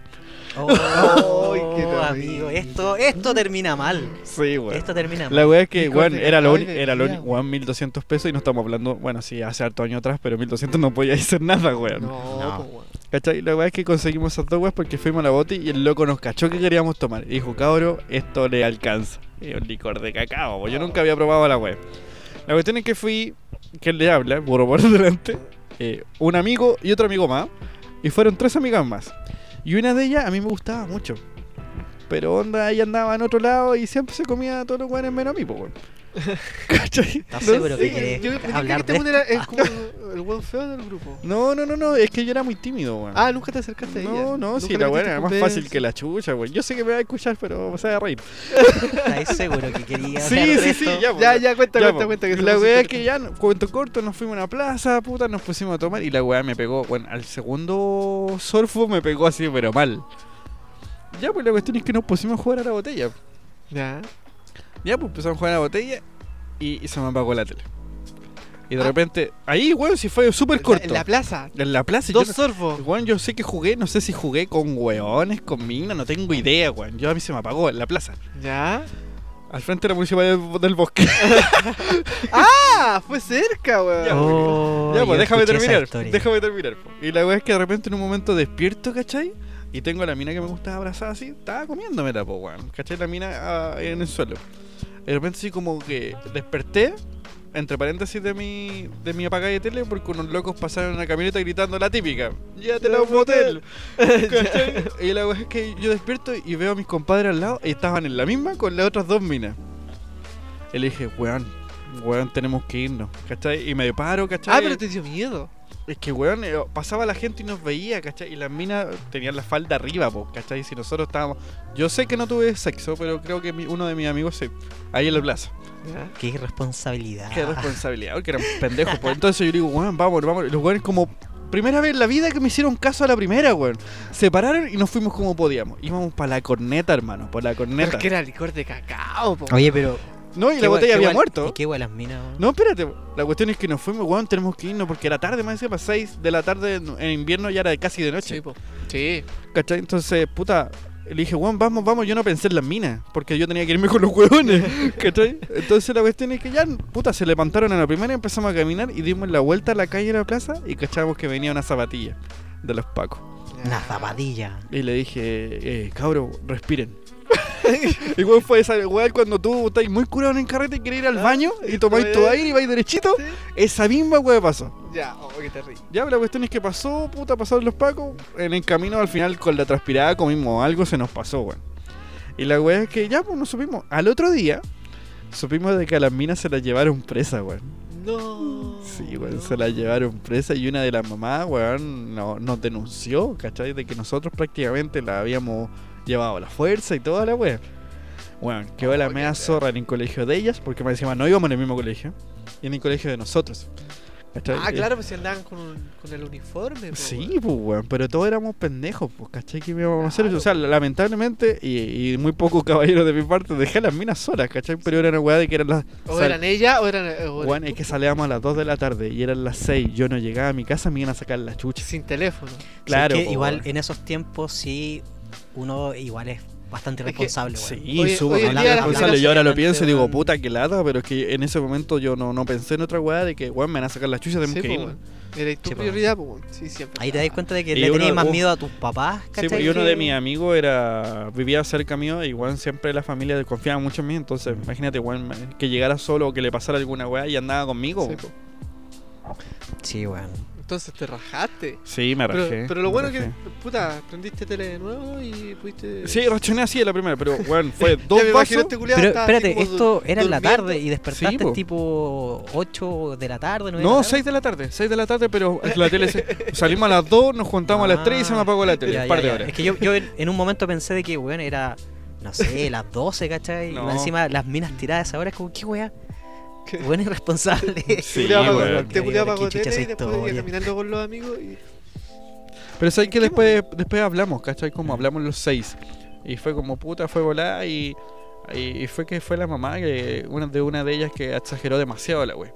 Speaker 2: Oh,
Speaker 1: Ay, qué terrible.
Speaker 2: amigo, esto, esto termina mal.
Speaker 3: Sí, güey.
Speaker 2: Esto termina mal.
Speaker 3: La weá es que,
Speaker 1: Licor
Speaker 3: weón,
Speaker 1: de
Speaker 3: era lo
Speaker 1: cacao y
Speaker 3: único, era lo
Speaker 1: bebida,
Speaker 3: único, weón, 1200 pesos y no estamos hablando, bueno, sí, hace harto año atrás, pero 1200 no podía hacer nada, weón.
Speaker 1: No,
Speaker 2: No.
Speaker 4: pues,
Speaker 1: po, weón.
Speaker 3: ¿Cachai? La weá es que conseguimos esas dos weas porque fuimos a la boti y el loco nos cachó que queríamos tomar. Y dijo, cabro, esto le alcanza. Es un licor de cacao, po. yo nunca había probado la wea. La cuestión es que fui, que le habla, burro por (laughs) delante, eh, un amigo y otro amigo más. Y fueron tres amigas más. Y una de ellas a mí me gustaba mucho. Pero onda, ella andaba en otro lado y siempre se comía todos los weones menos a mí, po, weón. ¿Cachai?
Speaker 2: ¿Estás seguro que
Speaker 4: Sí,
Speaker 2: querés
Speaker 4: yo pensé que
Speaker 2: hablar
Speaker 4: este
Speaker 2: de
Speaker 4: weón era el, como el weón feo del grupo.
Speaker 3: No, no, no, no, es que yo era muy tímido, weón.
Speaker 4: Ah, nunca te acercaste a ella.
Speaker 3: no, no,
Speaker 4: Nunca
Speaker 3: sí,
Speaker 4: le metiste
Speaker 3: la buena era más
Speaker 4: un
Speaker 3: fácil
Speaker 4: beso.
Speaker 3: que la chucha, weón. Yo sé que me va a escuchar, pero se va a reír.
Speaker 2: (laughs) ¿Estáis seguro que quería hablar
Speaker 3: (laughs) Sí,
Speaker 2: de
Speaker 3: sí, sí,
Speaker 2: esto?
Speaker 3: ya, po,
Speaker 4: Ya, ya, cuenta,
Speaker 3: Ya,
Speaker 4: cuenta,
Speaker 3: po.
Speaker 4: cuenta. Que
Speaker 3: la
Speaker 4: somos pues.
Speaker 3: weá es que
Speaker 4: históricos.
Speaker 3: ya, cuento corto, nos fuimos a una plaza, puta, nos pusimos a tomar y la weá me pegó, bueno, al segundo surfo me pegó así, pero mal. Ya, pues la cuestión es que nos pusimos a jugar a la botella.
Speaker 4: Ya.
Speaker 3: Ya, pues empezamos a jugar a la botella y, y se me apagó la tele. Y de repente, ahí, weón, sí fue súper
Speaker 4: Ah. En la-
Speaker 3: corto.
Speaker 4: En la plaza.
Speaker 3: En la plaza, y
Speaker 4: Dos
Speaker 3: yo,
Speaker 4: surfos.
Speaker 3: no- weón, yo sé que jugué, no sé si jugué con weones, con mina, no tengo idea, weón. Yo a mí se me apagó en la plaza.
Speaker 4: Ya.
Speaker 3: Al frente de la municipalidad del, del bosque.
Speaker 4: Ah, fue cerca,
Speaker 3: Ya,
Speaker 4: weón.
Speaker 3: po.
Speaker 2: Oh,
Speaker 3: Ya, pues
Speaker 2: yo escuché
Speaker 3: déjame
Speaker 2: esa
Speaker 3: terminar.
Speaker 2: historia.
Speaker 3: Déjame terminar. po. Y la weá es que de repente en un momento despierto, ¿cachai? Y tengo a la mina que me gustaba abrazada así. Estaba comiéndomela, po, weón. ¿Cachai? La mina ah, en el suelo. Y de repente así como que desperté, entre paréntesis de mi, de mi apagada de tele, porque unos locos pasaron en una camioneta gritando la típica. Llévatela a
Speaker 2: (laughs)
Speaker 3: un motel. ¿Cachai? y la weá es que yo despierto y veo a mis compadres al lado y estaban en la misma con las otras dos minas. Y le dije, weón, weón, tenemos que irnos, ¿cachai? Y me paro, ¿cachai?
Speaker 4: Ah, pero te dio miedo.
Speaker 3: Es que, weón, eh, pasaba la gente y nos veía, ¿cachai? Y las minas tenían la falda arriba, po, ¿cachai? Y si nosotros estábamos... Yo sé que no tuve sexo, pero creo que mi- uno de mis amigos sí. Ahí en la plaza.
Speaker 4: Ya.
Speaker 2: Qué irresponsabilidad.
Speaker 4: Ah.
Speaker 3: Qué responsabilidad, porque eran pendejos, po. Entonces yo digo, weón, vámonos, vámonos. Y Los weones como... Primera vez en la vida que me hicieron caso a la primera, weón. Se pararon y nos fuimos como podíamos. Íbamos para la corneta, hermano, por la
Speaker 4: Pero es
Speaker 3: corneta.
Speaker 4: que era licor de cacao, po.
Speaker 2: Oye, pero.
Speaker 3: No, y
Speaker 2: qué
Speaker 3: la
Speaker 2: guay-
Speaker 3: botella
Speaker 2: qué
Speaker 3: había
Speaker 2: guay-
Speaker 3: muerto.
Speaker 2: ¿Y qué guay las minas? weón.
Speaker 3: No, espérate. La cuestión es que nos fuimos, weón, tenemos que irnos porque era tarde, más encima, 6 de la tarde en en invierno ya era casi de noche.
Speaker 4: Sí, po. Sí.
Speaker 3: ¿Cachai? Entonces, puta, le dije, weón, vamos, vamos. Yo no pensé en las minas, porque yo tenía que irme con los huevones,
Speaker 4: (laughs)
Speaker 3: ¿cachai? Entonces la cuestión es que ya, puta, se levantaron a la primera, empezamos a caminar y dimos la vuelta a la calle de la plaza y cachamos que venía una zapatilla de los pacos.
Speaker 2: Una zapadilla.
Speaker 3: Y le dije, eh, cabro,
Speaker 4: (laughs)
Speaker 3: respiren. y weón fue esa weón cuando tú estás muy curado en el carrete y querés ir al
Speaker 4: Ah,
Speaker 3: baño y tomáis tu
Speaker 4: eh.
Speaker 3: aire y vais derechito,
Speaker 4: Sí.
Speaker 3: esa misma weón pasó.
Speaker 4: Ya, oh, qué terrible.
Speaker 3: Ya, la cuestión es que pasó, puta, pasaron los pacos. En el camino al final con la transpirada comimos algo, se nos pasó, weón. Y la weá es que ya, pues, no supimos. Al otro día, supimos de que a las minas se las llevaron presa, weón.
Speaker 4: No.
Speaker 3: Sí, weón, se las llevaron presa y una de las mamás, weón, no- nos denunció, ¿cachai? De que nosotros prácticamente la habíamos llevado a la fuerza y toda la weá. Weón, quedó la media zorra en el colegio de ellas, porque me decían, no íbamos en el mismo colegio, y en el colegio de nosotros. ¿cachai?
Speaker 4: Ah,
Speaker 3: Y-
Speaker 4: claro, pues si andaban con, un- con el uniforme, po,
Speaker 3: Sí,
Speaker 4: weón.
Speaker 3: pues, weón, pero todos éramos pendejos, pues, ¿cachai? ¿Qué íbamos a hacer?
Speaker 4: Claro.
Speaker 3: O sea, lamentablemente, y, y muy pocos caballeros de mi parte, dejé a las minas solas, ¿cachai? Pero era una weá de que eran las.
Speaker 4: O
Speaker 3: sal-
Speaker 4: eran ella o eran. eh, o
Speaker 3: Weón, es que salíamos a las 2 de la tarde y eran las 6. Yo no llegaba a mi casa, me iban a sacar las chuchas.
Speaker 4: Sin teléfono.
Speaker 3: Claro.
Speaker 2: Sí, es
Speaker 3: po,
Speaker 2: que igual
Speaker 3: weón.
Speaker 2: en esos tiempos sí uno igual es bastante
Speaker 4: Es que-
Speaker 2: responsable, weón.
Speaker 3: Sí,
Speaker 4: Oye,
Speaker 3: súper
Speaker 4: hoy en día las
Speaker 3: responsable.
Speaker 4: minas
Speaker 3: Yo ahora lo
Speaker 2: obviamente,
Speaker 3: pienso y digo,
Speaker 2: weón.
Speaker 3: puta, que lata, pero es que en ese momento yo no, no pensé en otra weá de que, weón, me van a sacar las chuchas, tenemos
Speaker 4: Sí, pues,
Speaker 3: que
Speaker 4: po,
Speaker 3: irnos.
Speaker 4: weón. Era tu
Speaker 3: pues,
Speaker 2: Sí, po.
Speaker 4: prioridad, po, weón. Sí, siempre.
Speaker 2: Ahí te das cuenta de que
Speaker 3: Y
Speaker 2: le
Speaker 3: uno-
Speaker 2: tenías más
Speaker 3: uf.
Speaker 2: miedo a tus papás,
Speaker 3: Sí,
Speaker 2: ¿cachai?
Speaker 3: pues, y uno de
Speaker 2: que-
Speaker 3: mis amigos era vivía cerca mío y igual siempre la familia confiaba mucho en mí, entonces imagínate weón, que llegara solo o que le pasara alguna weá y andaba conmigo.
Speaker 4: Ah, Sí,
Speaker 3: Sí,
Speaker 4: po.
Speaker 2: Sí, weón.
Speaker 4: Entonces te rajaste.
Speaker 3: me rajé.
Speaker 4: Pero, pero lo
Speaker 3: me
Speaker 4: bueno es
Speaker 3: rajé.
Speaker 4: que, puta, prendiste tele de nuevo y pudiste.
Speaker 3: Sí, rachoné así de la primera, pero weón,
Speaker 4: (laughs)
Speaker 3: fue
Speaker 4: Ya me
Speaker 3: dos
Speaker 4: imagino
Speaker 3: vasos.
Speaker 4: este culiao
Speaker 2: Pero
Speaker 4: estaba así
Speaker 2: espérate,
Speaker 4: como du-
Speaker 2: esto era en la
Speaker 4: durmiendo.
Speaker 2: tarde y despertaste
Speaker 3: po.
Speaker 2: tipo 8 de la tarde, 9 de
Speaker 3: No,
Speaker 2: la tarde.
Speaker 3: 6 de la tarde, 6 de la tarde, pero la tele
Speaker 4: (laughs)
Speaker 3: se- salimos a las 2, nos juntamos a las 3 y se me apagó la tele,
Speaker 2: Ah, Ya,
Speaker 3: un
Speaker 2: ya,
Speaker 3: par de
Speaker 2: ya.
Speaker 3: horas.
Speaker 2: Es que yo, yo en en un momento pensé de que, weón, era, no
Speaker 3: (laughs)
Speaker 2: sé, las 12, ¿cachai? Y
Speaker 3: No.
Speaker 2: más encima las minas tiradas ahora es como, ¿qué weá? Weón irresponsable.
Speaker 4: Te
Speaker 3: Sí,
Speaker 4: culiaba
Speaker 3: weón.
Speaker 4: Este Te culiaba
Speaker 2: Qué
Speaker 4: para
Speaker 2: chucha esa
Speaker 4: tele y después iba
Speaker 2: historia.
Speaker 4: caminando con los amigos y.
Speaker 3: Pero sabes que
Speaker 4: ¿En qué
Speaker 3: después, después hablamos, ¿cachai? Como hablamos los seis. Y fue como puta, fue volada y, y, y fue que fue la mamá que una de una de ellas que exageró demasiado la wea.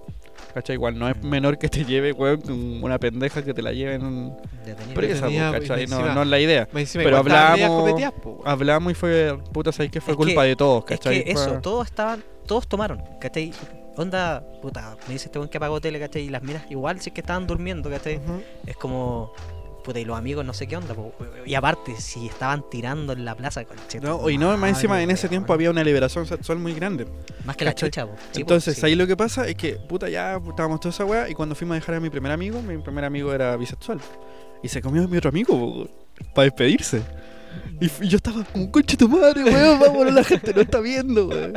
Speaker 3: ¿Cachai? Igual no es menor que te lleve, weón, con una pendeja que te la lleven
Speaker 2: Detenido.
Speaker 3: presa, po,
Speaker 4: Tenía-
Speaker 3: ¿cachai? No,
Speaker 4: encima-
Speaker 3: no es la idea.
Speaker 4: Más encima
Speaker 3: Pero
Speaker 4: igual estaban medias
Speaker 3: hablamos-
Speaker 4: copeteadas, po, weón.
Speaker 3: Hablamos y fue, puta, sabes que fue
Speaker 2: Es
Speaker 3: culpa
Speaker 2: que-
Speaker 3: de todos,
Speaker 2: Es
Speaker 3: ¿cachai? Pues,
Speaker 2: que eso,
Speaker 3: Fue-
Speaker 2: todos estaban, todos tomaron, ¿cachai? Onda, puta, me dice este weón que apagó tele, ¿cachai? Y las minas igual sí que estaban durmiendo, ¿cachai?
Speaker 4: Ujú.
Speaker 3: Ah,
Speaker 2: Es como, puta, y los amigos no sé qué onda, po. Y aparte, si estaban tirando en la plaza, conche
Speaker 3: No,
Speaker 2: tu
Speaker 3: y no, más
Speaker 2: madre,
Speaker 3: encima en ese
Speaker 2: weón.
Speaker 3: tiempo había una liberación sexual muy grande.
Speaker 2: Más que la
Speaker 3: ¿cachai?
Speaker 2: chucha, po. Sí, po,
Speaker 3: Entonces,
Speaker 2: sí.
Speaker 3: ahí lo que pasa es que, puta, ya pues, estábamos toda esa weá. Y cuando fuimos a dejar a mi primer amigo, mi primer amigo era bisexual. Y se comió a mi otro amigo para despedirse.
Speaker 1: Y f- yo estaba como, concha tu madre, weón, vámonos, la gente no está viendo,
Speaker 2: (laughs)
Speaker 1: weón.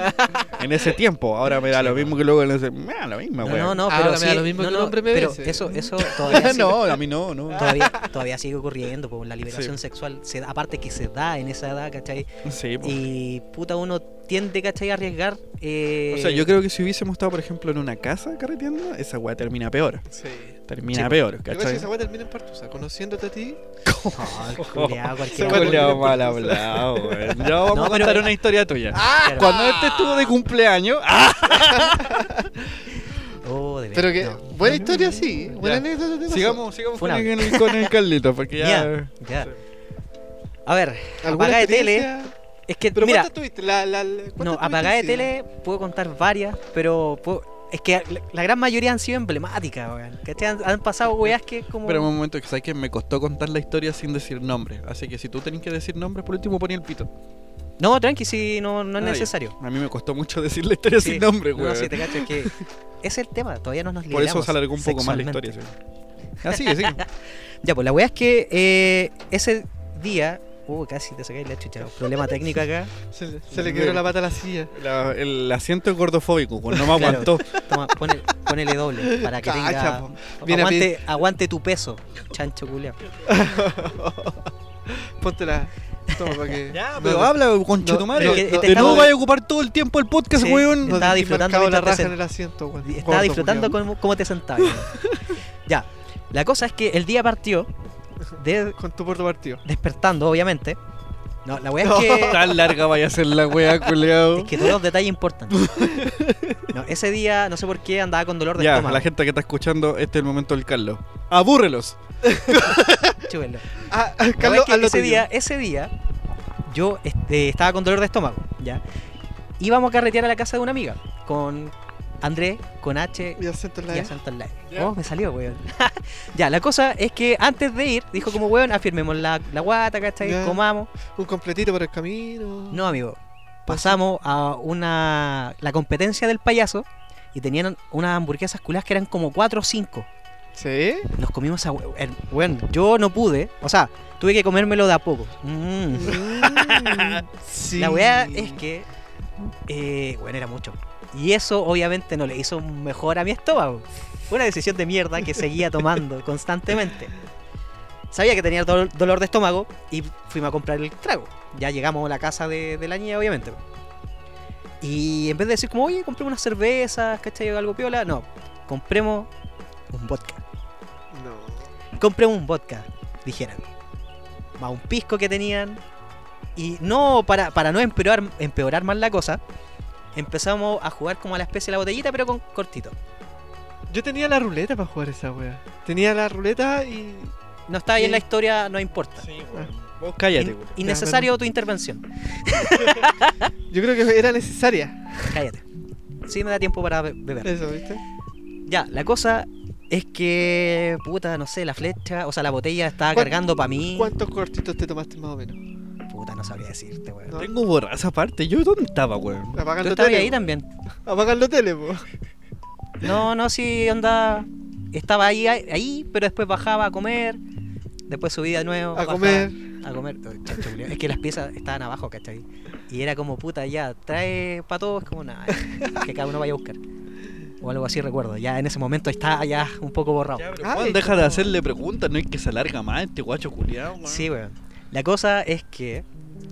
Speaker 3: En ese tiempo, ahora me da lo mismo que luego en ese. Me da la misma,
Speaker 2: No,
Speaker 3: weón. (laughs)
Speaker 2: no, no,
Speaker 1: Ahora
Speaker 2: pero
Speaker 1: me
Speaker 2: sí,
Speaker 1: da lo mismo
Speaker 2: no,
Speaker 1: que un
Speaker 2: no,
Speaker 1: hombre me
Speaker 2: pero
Speaker 1: bese.
Speaker 2: eso,
Speaker 1: (laughs)
Speaker 2: eso todavía sigue,
Speaker 3: no, a mí no, no.
Speaker 2: todavía, todavía sigue ocurriendo, pues la liberación sexual, se, da- aparte que se da en esa edad, ¿cachai?
Speaker 3: Sí, po.
Speaker 2: Y puta, uno tiende, ¿cachai? A arriesgar. eh,
Speaker 3: O sea, yo creo que si hubiésemos estado, por ejemplo, en una casa carreteando, esa weá termina peor.
Speaker 1: Sí.
Speaker 3: Termina
Speaker 2: Sí.
Speaker 3: peor,
Speaker 1: Lo que pasa es que esa
Speaker 3: ¿cachai?
Speaker 1: weá termina en partusa, conociéndote a ti.
Speaker 2: no, el culiao, cualquier
Speaker 1: Se
Speaker 2: cosa.
Speaker 1: volvió-
Speaker 3: Culeado mal hablado, weón. Ya vamos
Speaker 2: No,
Speaker 3: a
Speaker 2: pero-
Speaker 3: contar una historia tuya.
Speaker 2: Claro.
Speaker 3: Cuando este estuvo de cumpleaños. ¡Ah!
Speaker 2: Oh, de veras,
Speaker 1: Pero que,
Speaker 2: no.
Speaker 1: buena historia, sí. Buena anécdota te pasó.
Speaker 3: Sigamos, sigamos con
Speaker 2: Funa.
Speaker 3: el, con el Carlito, porque ya.
Speaker 2: Ya, ya. A ver,
Speaker 1: ¿Alguna
Speaker 2: apagá de tele.
Speaker 1: experiencia?
Speaker 2: Es que,
Speaker 1: Pero
Speaker 2: Eh, mira,
Speaker 1: ¿cuántas tuviste? La, la, la- ¿cuántas
Speaker 2: no,
Speaker 1: tuviste
Speaker 2: apagada de
Speaker 1: así?
Speaker 2: tele puedo contar varias, pero puedo- es que la, la gran mayoría han sido emblemáticas, weón. ¿Cachai? Han, han pasado weas que como.
Speaker 5: Pero un momento que sabes que me costó contar la historia sin decir nombres. Así que si tú tenés que decir nombres, por último ponía el pito.
Speaker 2: No, tranqui, si no, no es
Speaker 5: Ah, ya.
Speaker 3: (laughs)
Speaker 2: necesario.
Speaker 5: A mí me costó mucho decir la historia
Speaker 2: Sí,
Speaker 5: sin nombre,
Speaker 2: No,
Speaker 5: weón.
Speaker 2: si te cacho, es que es el tema, todavía no nos
Speaker 3: Por
Speaker 2: liberamos
Speaker 3: eso se alargó un poco más la
Speaker 2: sexualmente.
Speaker 3: historia. sí. Ah, sigue, sigue.
Speaker 2: Ya, pues la wea es que eh, ese día. Uh, casi te sacáis la chucha. Problema técnico acá.
Speaker 1: Se, le- se le quebró la pata a la silla.
Speaker 3: La- el asiento es gordofóbico, weón, no me
Speaker 2: Claro.
Speaker 3: aguantó.
Speaker 2: Toma, ponele, ponele doble para que
Speaker 1: Cacha,
Speaker 2: tenga.
Speaker 1: po. Viene a
Speaker 2: aguante, aguante tu peso, chancho culiao.
Speaker 1: Ponte la. Toma para
Speaker 2: (laughs)
Speaker 1: que.
Speaker 3: Ya,
Speaker 1: no
Speaker 3: pero
Speaker 1: te-
Speaker 3: habla, conchetumare.
Speaker 1: no,
Speaker 3: De
Speaker 1: es que
Speaker 3: nuevo
Speaker 1: te
Speaker 2: estaba-
Speaker 3: vaya a ocupar todo el tiempo el podcast,
Speaker 2: Sí.
Speaker 3: weón.
Speaker 1: no te
Speaker 2: Estaba
Speaker 1: he
Speaker 2: disfrutando
Speaker 1: marcado la
Speaker 2: mientras te
Speaker 1: raja en
Speaker 2: sen-
Speaker 1: el asiento, weón.
Speaker 2: Estaba
Speaker 1: Gordo,
Speaker 2: disfrutando
Speaker 1: culiao.
Speaker 2: cómo, cómo
Speaker 1: (laughs)
Speaker 2: te sentabas. weón. ya, la cosa es que el día partió, de-
Speaker 1: Con tu puerto partido.
Speaker 2: despertando, obviamente. No, la weá es
Speaker 3: (laughs)
Speaker 2: que.
Speaker 5: Tan larga vaya a ser la wea, culeado.
Speaker 2: Es que todos los detalles importan. No, ese día, no sé por qué, andaba con dolor de
Speaker 3: Ya,
Speaker 2: estómago.
Speaker 3: la gente que está escuchando, este es el momento del Carlos. ¡Abúrrelos!
Speaker 2: Chúpenlo.
Speaker 1: Ah, ah,
Speaker 2: La
Speaker 1: (laughs) Carlos,
Speaker 2: verdad es que
Speaker 1: hazlo
Speaker 2: ese
Speaker 1: tuyo.
Speaker 2: día, ese día, yo este, estaba con dolor de estómago, ¿ya? Íbamos a carretear a la casa de una amiga, con Andrés, con H
Speaker 1: Y acento en la
Speaker 2: y
Speaker 1: E.
Speaker 2: acento en la E.
Speaker 3: Ya.
Speaker 2: Oh, me salió, weón. (laughs) ya, la cosa es que antes de ir, dijo como, weón, afirmemos la, la guata, ¿cachai?
Speaker 1: Ya.
Speaker 2: Comamos.
Speaker 1: Un completito por el camino.
Speaker 2: No, amigo. Pasamos a una la competencia del payaso y tenían unas hamburguesas culas que eran como 4 o 5.
Speaker 1: ¿Sí?
Speaker 2: (laughs) Nos comimos a... hue- her- Bueno, yo no pude. O sea, tuve que comérmelo de a poco. Mm.
Speaker 1: Mm, sí.
Speaker 2: La weá es que... eh, bueno, era mucho. Y eso obviamente no le hizo mejor a mi estómago. Fue una decisión de mierda que seguía tomando constantemente. Sabía que tenía dol- dolor de estómago y fuimos a comprar el trago. Ya llegamos a la casa de, de la niña, obviamente. Y en vez de decir como, oye, compremos unas cervezas, ¿cachai? Algo piola. No, compremos un vodka.
Speaker 1: No.
Speaker 2: Compremos un vodka, dijeran. Más un pisco que tenían. Y no, para, para no empeorar, empeorar más la cosa, empezamos a jugar como a la especie de la botellita, pero con cortito.
Speaker 1: Yo tenía la ruleta para jugar esa wea. Tenía la ruleta y.
Speaker 2: No está ahí en la
Speaker 1: Sí.
Speaker 2: historia, no importa. Ah.
Speaker 3: Vos cállate,
Speaker 2: In-
Speaker 3: weón.
Speaker 2: innecesario tu intervención.
Speaker 1: Yo creo que era necesaria.
Speaker 2: Cállate. Sí me da tiempo para be- beber.
Speaker 1: Eso, ¿viste?
Speaker 2: Ya, la cosa es que, puta, no sé, la flecha, o sea, la botella estaba
Speaker 1: ¿Cuán-
Speaker 2: cargando para mí.
Speaker 1: ¿Cuántos cortitos te tomaste más o menos?
Speaker 2: Puta, no sabría decirte, weón.
Speaker 1: No.
Speaker 3: Tengo borraza aparte. ¿Yo dónde estaba, weón?
Speaker 2: Tú
Speaker 1: Apagando
Speaker 2: estabas
Speaker 1: tele.
Speaker 2: ahí
Speaker 1: po.
Speaker 2: también.
Speaker 1: Apagando tele, po.
Speaker 2: No, no, sí, onda. Estaba ahí, ahí, pero después bajaba a comer. Después subía de nuevo.
Speaker 1: A
Speaker 2: bajaba
Speaker 1: comer.
Speaker 2: A comer. Oh, chancho, culiao. Es que las piezas estaban abajo, ¿cachai? Y era como puta, ya, trae para todos, como nada. Que cada uno vaya a buscar. O algo así recuerdo. Ya en ese momento está ya un poco borrado.
Speaker 5: Ya, pero
Speaker 1: Ah,
Speaker 5: Juan,
Speaker 1: es
Speaker 5: deja de
Speaker 1: como-
Speaker 5: hacerle preguntas, no es que se alarga más este guacho culiado,
Speaker 1: (laughs)
Speaker 5: weón.
Speaker 2: Sí, weón. La cosa es que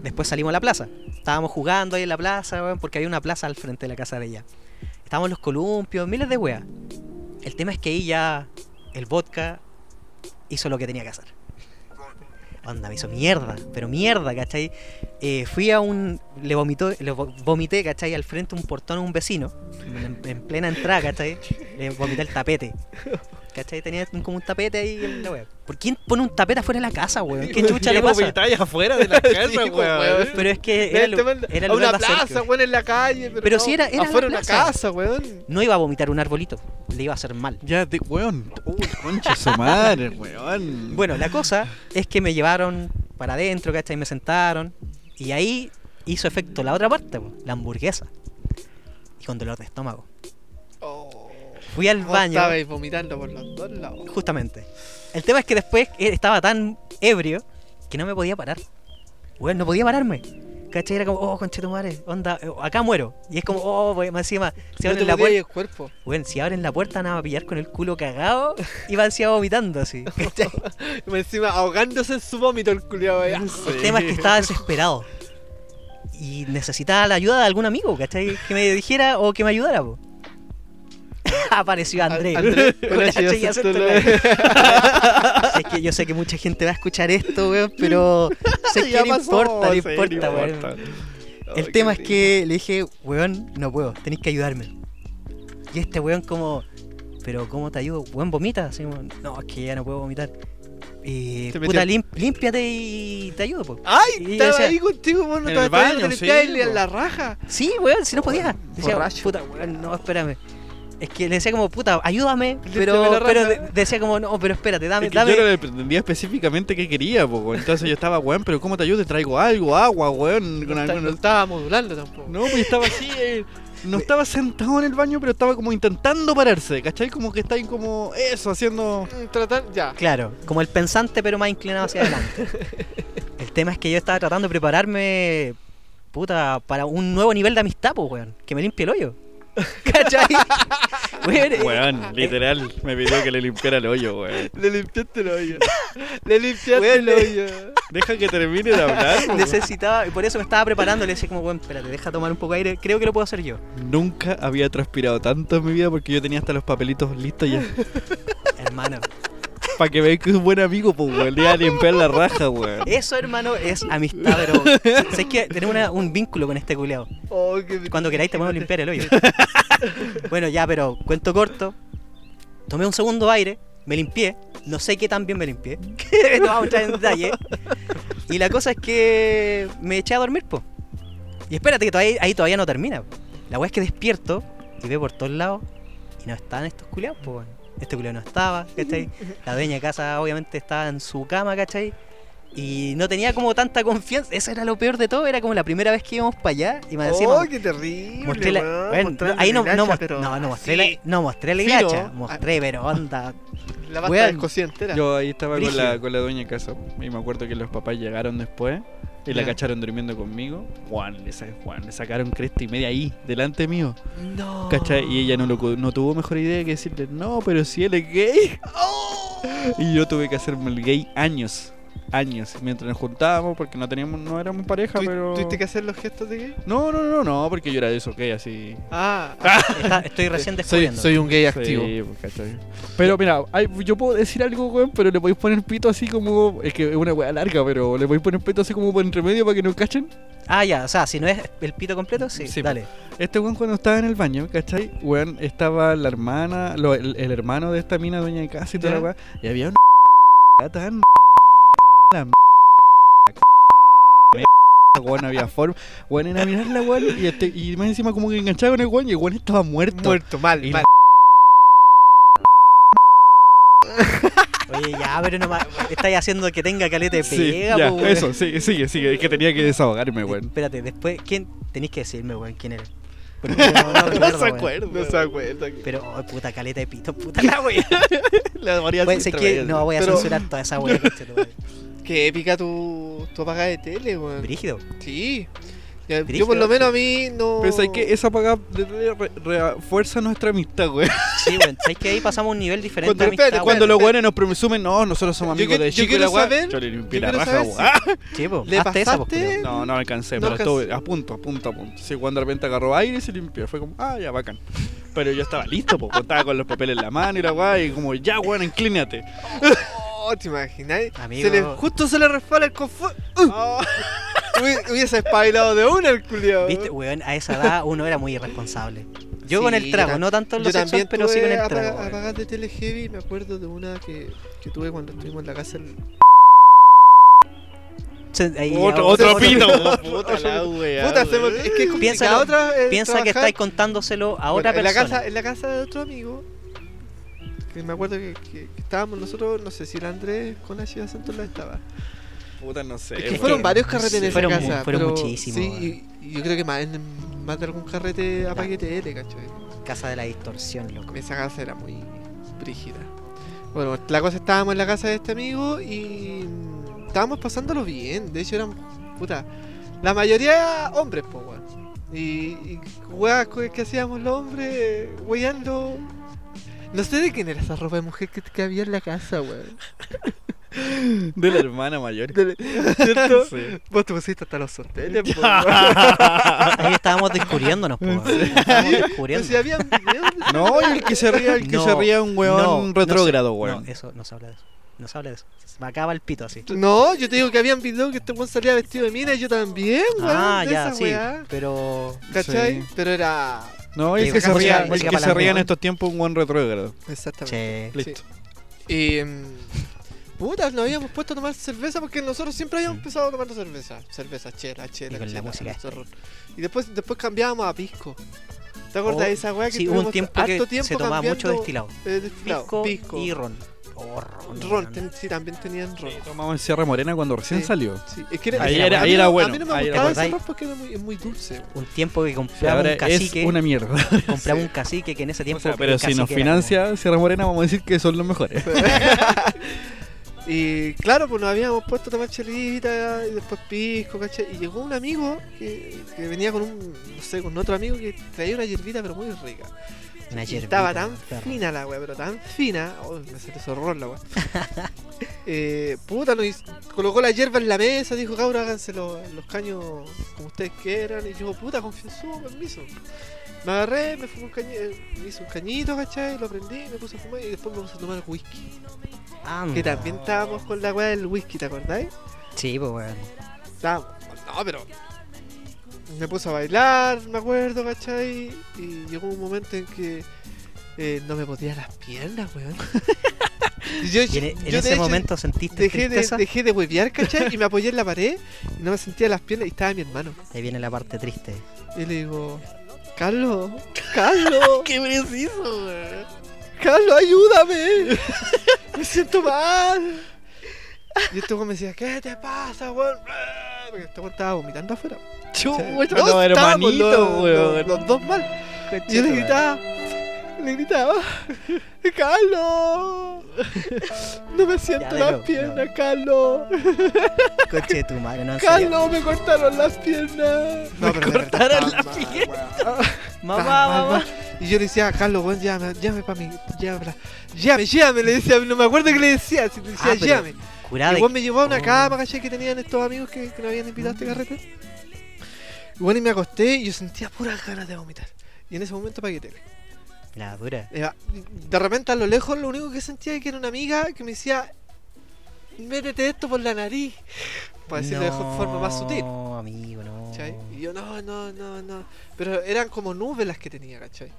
Speaker 2: después salimos a la plaza. Estábamos jugando ahí en la plaza, weón, porque había una plaza al frente de la casa de ella. Estábamos en los columpios, miles de weas. El tema es que ahí ya el vodka hizo lo que tenía que hacer. Onda, me hizo mierda, pero mierda, ¿cachai? Eh, fui a un. Le, vomitó, le vo- vomité, ¿cachai? Al frente un portón a un vecino, en, en plena entrada, ¿cachai? Le vomité el tapete. ¿cachai? Tenía un- como un tapete ahí en la wea. ¿Por quién pone un tapete afuera de la casa, weón? (laughs) ¿Qué chucha le
Speaker 5: Llevo
Speaker 1: (laughs)
Speaker 2: pasa?
Speaker 5: pitaya afuera de
Speaker 2: (laughs)
Speaker 5: la casa,
Speaker 1: Sí, pues,
Speaker 5: weón.
Speaker 1: weón.
Speaker 2: Pero es que
Speaker 1: Era
Speaker 2: era, el- era el
Speaker 1: este a
Speaker 2: lugar
Speaker 1: una
Speaker 2: más cerca.
Speaker 1: plaza, weón, en la calle. Pero,
Speaker 2: Pero
Speaker 1: no,
Speaker 2: sí era- era
Speaker 1: afuera de
Speaker 2: la
Speaker 1: una
Speaker 2: plaza.
Speaker 1: casa, weón.
Speaker 2: No iba a vomitar un arbolito, le iba a hacer mal.
Speaker 5: Ya, de, weón. Uy, concha su madre, weón.
Speaker 2: Bueno, la cosa es que me llevaron para adentro, ¿cachai? Me sentaron. Y ahí hizo efecto la otra parte, po, la hamburguesa. Y con dolor de estómago.
Speaker 1: Oh.
Speaker 2: Fui al
Speaker 1: Vos
Speaker 2: baño,
Speaker 1: Estabais vomitando por los dos lados.
Speaker 2: e, justamente. El tema es que después eh, estaba tan ebrio que no me podía parar. Weón, no podía pararme. ¿Cachai? Era como, oh, conchetumare, onda, eh, acá muero. Y es como, oh, weón, más encima, si
Speaker 1: No
Speaker 2: abren
Speaker 1: te
Speaker 2: la
Speaker 1: podía
Speaker 2: puerta.
Speaker 1: el cuerpo.
Speaker 2: Weón, si abren la puerta, nada, a pillar con el culo cagado y va encima vomitando
Speaker 1: (laughs)
Speaker 2: así. ¿cachai?
Speaker 1: Y encima ahogándose en su vómito el culiado allá.
Speaker 2: El tema es que estaba desesperado. Y necesitaba la ayuda de algún amigo, ¿cachai? Que me dijera o que me ayudara, po. (laughs) Apareció André. (laughs)
Speaker 4: André,
Speaker 2: Con
Speaker 4: con
Speaker 2: H y
Speaker 4: H y
Speaker 2: acento en la-
Speaker 4: acento
Speaker 6: (laughs)
Speaker 2: Si es que yo sé que mucha gente va a escuchar esto, weón, pero sé que
Speaker 6: Ya
Speaker 2: no
Speaker 6: pasó,
Speaker 2: importa, no
Speaker 6: sí,
Speaker 2: importa,
Speaker 6: no
Speaker 2: weón.
Speaker 6: importa.
Speaker 2: El
Speaker 6: Ay,
Speaker 2: tema
Speaker 6: qué
Speaker 2: es que le dije, weón, no puedo, tenéis que ayudarme. Y este weón como, pero ¿cómo te ayudo? Weón, vomita. Así como, no, es que ya no puedo vomitar. Y
Speaker 4: Te
Speaker 2: puta, lim- límpiate y te ayudo, po.
Speaker 1: ¡Ay!
Speaker 2: Y
Speaker 1: estaba
Speaker 2: decía-
Speaker 1: ahí contigo, vos no
Speaker 3: En
Speaker 1: te
Speaker 3: el
Speaker 1: vas a
Speaker 3: baño,
Speaker 1: tener
Speaker 3: sí,
Speaker 1: que
Speaker 3: po.
Speaker 1: en la raja.
Speaker 2: Sí, weón, si no podía. Decía,
Speaker 1: borracho.
Speaker 2: puta, weón, no, espérame. Es que le decía como, puta,
Speaker 3: (laughs)
Speaker 2: ayúdame,
Speaker 1: Límpiame
Speaker 2: pero,
Speaker 1: la
Speaker 2: pero
Speaker 1: raja.
Speaker 2: de- decía como, no, pero espérate, dame,
Speaker 3: Es que
Speaker 2: dame.
Speaker 3: Yo no le entendía específicamente qué quería, po. Entonces yo estaba, weón, pero ¿cómo te ayudo? Te traigo algo, agua, weón.
Speaker 1: No,
Speaker 3: Con
Speaker 1: está- no
Speaker 3: alguna-
Speaker 1: estaba modulando tampoco.
Speaker 3: No, pues estaba así. eh, no estaba sentado en el baño, pero estaba como intentando pararse, ¿cachai? Como que está ahí como eso, haciendo.
Speaker 1: Mm, Tratar, ya.
Speaker 2: Claro, como el pensante pero más inclinado hacia adelante.
Speaker 3: (laughs)
Speaker 2: el tema es que yo estaba tratando de prepararme, puta, para un nuevo nivel de amistad, pues, weón. Que me limpie el
Speaker 3: (laughs)
Speaker 2: hoyo. ¿Cachai? Weón, eh,
Speaker 1: (laughs)
Speaker 3: Weón, literal, me pidió que le limpiara el hoyo, weón.
Speaker 1: Le limpiaste el
Speaker 3: (laughs)
Speaker 1: hoyo. Le limpiaste
Speaker 2: Bueno.
Speaker 1: el hoyo.
Speaker 3: Deja que termine de hablar. po.
Speaker 2: necesitaba, y por eso me estaba preparando, le decía como, weón, espérate, deja tomar un poco de aire, creo que lo puedo hacer yo.
Speaker 3: Nunca había transpirado tanto en mi vida porque yo tenía hasta los papelitos listos ya.
Speaker 2: Hermano,
Speaker 3: Para que veáis que es un buen amigo, pues, weón. Le iba a limpiar la raja, weón.
Speaker 1: Eh,
Speaker 2: eso, hermano, es amistad, pero... Sé que tenemos una- un vínculo con este culeado.
Speaker 1: (laughs) Oh, qué
Speaker 2: (laughs) Cuando queráis te podemos limpiar el hoyo. (laughs) bueno, ya, pero cuento corto. Tomé un segundo aire, me limpié. No sé qué tan bien me limpié. (laughs) no vamos a entrar en detalle. Y la cosa es que me eché a dormir, po. Y espérate que todavía, ahí todavía no termina. po. La weá es que despierto y veo por todos lados y no estaban estos culeados, po. weón. Este culeado no estaba, ¿cachai? La dueña de casa obviamente estaba en su cama, ¿cachai? Y no tenía como tanta confianza. Eso era lo peor de todo. Era como la primera vez que íbamos para allá. Y me decían,
Speaker 1: Oh, qué terrible.
Speaker 2: Mostré la,
Speaker 1: weón,
Speaker 2: bueno,
Speaker 1: mostrando
Speaker 2: ahí no,
Speaker 1: la
Speaker 2: no,
Speaker 1: hilacha,
Speaker 2: mos-
Speaker 1: pero
Speaker 2: no, no mostré
Speaker 1: así,
Speaker 2: la, no mostré la
Speaker 1: Filo.
Speaker 2: hilacha, mostré, pero onda.
Speaker 1: La pasta
Speaker 2: weón.
Speaker 1: descosida entera.
Speaker 3: Yo ahí estaba con
Speaker 2: Brígido.
Speaker 3: la, con la dueña de casa y me acuerdo que los papás llegaron después y la
Speaker 1: Ya.
Speaker 3: cacharon durmiendo conmigo. Juan, le, sa- Juan, le sacaron cresta y media ahí, delante mío.
Speaker 1: No.
Speaker 3: ¿Cachai? Y ella no, lo, cu- no tuvo mejor idea que decirle, no, pero si él es gay. Y yo tuve que hacerme el gay años, años, mientras nos juntábamos porque no teníamos, no éramos pareja,
Speaker 1: Tu-
Speaker 3: pero...
Speaker 1: ¿Tuviste que hacer los gestos de gay?
Speaker 3: No, no, no, no, porque yo era de esos gay así.
Speaker 1: Ah,
Speaker 2: (laughs) Está- estoy recién
Speaker 4: Soy,
Speaker 2: descubriendo.
Speaker 4: soy un gay activo.
Speaker 3: Sí, pues, ¿cachai? Pero mira, hay- yo puedo decir algo, weón, pero le podéis poner pito así como. Es que es una weá larga, pero le podéis poner pito así como por entre medio para que no cachen.
Speaker 2: Ah, ya, o sea, si no es el pito completo, sí,
Speaker 3: Sí,
Speaker 2: dale.
Speaker 3: Este weón, cuando estaba en el baño, ¿cachai? Weón, estaba la hermana, lo- el, el hermano de esta mina, dueña de casa y toda
Speaker 1: Ya.
Speaker 3: la weá, y había una. tan. la. Weón, había forma. Weón, era mirarla, weón, y, este, y más encima como que enganchaba con el weón, y el weón estaba muerto.
Speaker 1: muerto, mal,
Speaker 3: Y
Speaker 1: mal.
Speaker 3: (laughs)
Speaker 2: Oye, ya, pero no más. Estáis haciendo que tenga caleta de
Speaker 3: Sí,
Speaker 2: pega,
Speaker 3: ya,
Speaker 2: po, weón.
Speaker 3: eso, sigue, sigue, sigue. Es que tenía que desahogarme,
Speaker 2: De- (laughs)
Speaker 3: weón.
Speaker 2: Espérate, después, ¿quién? Tenéis que decirme, weón, quién era.
Speaker 1: (laughs)
Speaker 2: Porque no, no recuerdo,
Speaker 1: No se
Speaker 2: weón.
Speaker 1: acuerda. No se acuerda.
Speaker 2: Pero, oh, puta caleta de pito, puta la weón.
Speaker 3: La moría
Speaker 2: Bueno, sé Pues, que no voy a
Speaker 1: Pero-
Speaker 2: censurar toda esa
Speaker 1: (laughs)
Speaker 2: weón.
Speaker 1: Qué épica tu, tu apagada de tele, weón.
Speaker 2: Brígido.
Speaker 1: Sí. Ya, Yo
Speaker 2: Brígido.
Speaker 1: por lo menos a mí no...
Speaker 3: Pero sabes que esa paga refuerza nuestra amistad, güey.
Speaker 2: Sí, weón, ¿sabéis que ahí pasamos a un nivel diferente
Speaker 1: Cuando-
Speaker 2: de amistad,
Speaker 1: espérate,
Speaker 2: weón?
Speaker 3: Cuando los güeyes nos presumen, no, nosotros somos
Speaker 1: Yo
Speaker 3: amigos
Speaker 1: que-
Speaker 3: de
Speaker 1: yo
Speaker 3: chico y
Speaker 1: quiero
Speaker 3: la weá".
Speaker 1: saber-
Speaker 3: Yo le limpié
Speaker 1: yo
Speaker 3: la
Speaker 1: quiero
Speaker 3: raja,
Speaker 1: saber
Speaker 3: güey.
Speaker 1: si-
Speaker 3: ¡Ah!
Speaker 2: Sí, po,
Speaker 1: ¿Le
Speaker 2: hazte esa, po,
Speaker 1: pasaste?
Speaker 2: culiao.
Speaker 3: No, no alcancé,
Speaker 1: No
Speaker 3: pero
Speaker 1: alcancé.
Speaker 3: estuve a punto, a punto, a punto. Sí, cuando de repente agarró aire y se limpió. Fue como, ah, ya, bacán. Pero yo estaba listo, porque estaba con los papeles en la mano y la weá, y como, ya, weón, inclínate.
Speaker 1: Oh, ¿te imaginas?
Speaker 2: Amigo. Oh.
Speaker 1: Se le- justo se le resbala el confort. ¡Uh! Hubiese espabilado de una el culiao.
Speaker 2: Viste, weón, a esa edad uno era muy irresponsable. Yo
Speaker 1: Sí,
Speaker 2: con el
Speaker 1: yo
Speaker 2: trago,
Speaker 1: tam-
Speaker 2: no tanto en lo
Speaker 1: Yo
Speaker 2: sexual,
Speaker 1: también
Speaker 2: pero sí con
Speaker 1: tuve
Speaker 2: el
Speaker 1: apa-
Speaker 2: trago. weón.
Speaker 1: apagadas de tele heavy. Me acuerdo de una que, que tuve cuando estuvimos en la casa. del-
Speaker 2: Se- ahí ya,
Speaker 3: Otro,
Speaker 2: vos-
Speaker 3: otro
Speaker 1: otro
Speaker 3: pito.
Speaker 1: pito.
Speaker 3: Puta la weá,
Speaker 1: Puta, se me-
Speaker 3: güey.
Speaker 1: es que es complicado
Speaker 2: Piénsalo-
Speaker 1: otra, eh,
Speaker 2: (laughs) Piensa que
Speaker 1: trabajar.
Speaker 2: estáis contándoselo a otra
Speaker 1: Bueno, en la
Speaker 2: persona.
Speaker 1: casa En la casa de otro amigo, que me acuerdo que, que- que estábamos nosotros, no sé si era Andrés con H de acento la estaba.
Speaker 3: Puta, no sé.
Speaker 1: Es que
Speaker 3: güey.
Speaker 1: fueron varios carretes en esa
Speaker 2: fueron mu-
Speaker 1: casa.
Speaker 2: fueron
Speaker 1: pero
Speaker 2: muchísimos,
Speaker 1: Sí, y, y yo creo que más, en, más de algún carrete apagué tele, ¿cachai?
Speaker 2: Casa de la distorsión,
Speaker 3: (laughs)
Speaker 2: loco.
Speaker 1: Esa casa era muy brígida. Bueno, la cosa estábamos en la casa de este amigo y mm, estábamos pasándolo bien. De hecho, éramos puta, la mayoría hombres, po, weón. Y, y weas que que hacíamos los hombres, weyando. No sé de quién era esa ropa de mujer que, que había en la casa,
Speaker 2: (laughs)
Speaker 1: weón.
Speaker 3: De la hermana mayor.
Speaker 1: (laughs) ¿Cierto?
Speaker 3: Sí.
Speaker 1: Vos te pusiste hasta los sostenes, po,
Speaker 2: (laughs)
Speaker 3: Ah.
Speaker 2: Ahí estábamos descubriéndonos, po. weón. Estábamos
Speaker 1: weón.
Speaker 2: descubriendo.
Speaker 1: (laughs) Si había videos de-
Speaker 3: No, el que se ría, el que se
Speaker 2: No,
Speaker 3: ría es un weón
Speaker 2: no,
Speaker 3: retrógrado,
Speaker 2: no se-
Speaker 3: weón.
Speaker 2: No, eso, no se habla de eso. No se habla de eso. Se me acaba el pito así.
Speaker 1: No, yo te digo que habían videos que este weón salía vestido de mina y yo también, weón.
Speaker 2: Ah,
Speaker 1: de
Speaker 2: ya,
Speaker 1: esa
Speaker 2: sí.
Speaker 1: weá,
Speaker 2: Pero.
Speaker 1: ¿Cachai?
Speaker 3: Sí.
Speaker 1: Pero era.
Speaker 3: No, el
Speaker 2: Sí,
Speaker 3: que se
Speaker 2: música-
Speaker 3: ría, el
Speaker 2: música
Speaker 3: que
Speaker 2: para
Speaker 3: se
Speaker 2: la
Speaker 3: ría en
Speaker 2: reunión.
Speaker 3: estos tiempos es un weón retrógrado.
Speaker 1: Exactamente.
Speaker 2: Che.
Speaker 3: Listo.
Speaker 1: Y. mm, puta, nos habíamos puesto a tomar cerveza porque nosotros siempre habíamos
Speaker 2: Mm.
Speaker 1: empezado tomando cerveza. Cerveza, chela, chela,
Speaker 2: Y con la
Speaker 1: chela,
Speaker 2: música.
Speaker 1: nosotros. Y después, después cambiábamos a pisco. ¿Te acuerdas
Speaker 2: Oh,
Speaker 1: de esa weá que
Speaker 2: Sí, hubo un
Speaker 1: tuvimos
Speaker 2: tiempo que
Speaker 1: harto tiempo
Speaker 2: se tomaba mucho
Speaker 1: cambiando,
Speaker 2: destilado.
Speaker 1: eh, destilado,
Speaker 2: Pisco,
Speaker 1: pisco.
Speaker 2: y ron. Oh, ron.
Speaker 1: Ron,
Speaker 2: weón.
Speaker 1: ten- sí, también tenían ron.
Speaker 3: Tomamos en Sierra Morena cuando recién
Speaker 1: Sí.
Speaker 3: salió.
Speaker 1: Sí, es que era,
Speaker 3: Ahí
Speaker 1: es que
Speaker 2: era-
Speaker 1: a mí
Speaker 3: ahí era
Speaker 1: no-
Speaker 3: bueno,
Speaker 1: A mí no me
Speaker 3: ahí era
Speaker 1: gustaba
Speaker 2: bueno.
Speaker 1: ese ron porque era muy, es muy dulce. weón.
Speaker 2: Un tiempo que
Speaker 3: Y
Speaker 2: compraba
Speaker 3: ahora
Speaker 2: un cacique.
Speaker 3: es una mierda.
Speaker 2: (laughs) Compraba
Speaker 3: (laughs)
Speaker 2: un cacique que en ese tiempo.
Speaker 3: O sea, pero
Speaker 2: el
Speaker 3: si nos
Speaker 2: cacique era
Speaker 3: financia Sierra Morena, vamos a decir que son los mejores.
Speaker 1: Y claro, pues nos habíamos puesto a tomar chelita y después pisco, ¿cachai? Y llegó un amigo que, que venía con un, no sé, con otro amigo que traía una hierbita pero muy rica.
Speaker 2: como una
Speaker 1: Y
Speaker 2: yerbita,
Speaker 1: estaba tan
Speaker 2: perro.
Speaker 1: fina la weá, pero tan fina. Oh, me salió zorrón la
Speaker 2: (laughs)
Speaker 1: weá. Eh, puta, nos hizo- colocó la hierba en la mesa, dijo, cabrón, háganse lo- los caños como ustedes quieran. Y yo, puta, confío en su permiso. Me agarré, me fumé un cañito, me hice un cañito, ¿cachai? Lo prendí, me puse a fumar y después me puse a tomar whisky.
Speaker 2: Anda.
Speaker 1: Que también estábamos con la weá del whisky, ¿te acordáis?
Speaker 2: Sí, pues, weón.
Speaker 1: Estábamos. No, pero. Me puse a bailar, me acuerdo, ¿cachai? Y llegó un momento en que eh, no me podía las piernas,
Speaker 2: (laughs)
Speaker 1: weón. Y yo,
Speaker 2: Y en, en
Speaker 1: yo de
Speaker 2: ese
Speaker 1: hecho,
Speaker 2: momento sentiste
Speaker 1: Dejé de,
Speaker 2: tristeza.
Speaker 1: dejé de huevear, ¿cachai? Y me apoyé en la pared y no me sentía las piernas y estaba mi hermano.
Speaker 2: Ahí viene la parte triste.
Speaker 1: Y le digo, Carlos, Carlos. (laughs) ¿Qué preciso, weón? Carlos, ayúdame. me siento mal. Y este weón me decía, ¿qué te pasa, weón? Porque este weón estaba vomitando afuera.
Speaker 3: (laughs) Chucha,
Speaker 1: Los
Speaker 3: no,
Speaker 1: dos Uh, estábamos,
Speaker 3: hermanito,
Speaker 1: los-
Speaker 3: weón.
Speaker 1: los- Los dos mal. Y yo le gritaba, le gritaba, Carlos. No me siento
Speaker 2: de
Speaker 1: las
Speaker 2: nuevo,
Speaker 1: piernas, Carlos.
Speaker 2: Coche de tu madre, no en serio.
Speaker 1: Carlos, me cortaron las piernas. No, pero cortaron las piernas.
Speaker 2: (laughs) Mamá,
Speaker 1: Mal, mal,
Speaker 2: mamá.
Speaker 1: mal. Y yo le decía, Carlos, weón, llámame, llámame para mí, llámame, llámame, llámame, le decía, no me acuerdo que le decía, si le decía,
Speaker 2: Ah, pero-
Speaker 1: llámame.
Speaker 2: Curada.
Speaker 1: Y
Speaker 2: de-
Speaker 1: weón me llevó a una
Speaker 2: Oh.
Speaker 1: cama, ¿cachai? Que tenían estos amigos que, que nos habían invitado a este carrete. Y bueno, y me acosté y yo sentía puras ganas de vomitar. Y en ese momento pagué tele.
Speaker 2: La dura.
Speaker 1: Eh, De repente a lo lejos lo único que sentía es que era una amiga que me decía, métete esto por la nariz. Para decirlo de
Speaker 2: No,
Speaker 1: forma más sutil.
Speaker 2: amigo, no.
Speaker 1: ¿cachai? Y yo, no, no, no, no. Pero eran como nubes las que tenía, ¿cachai?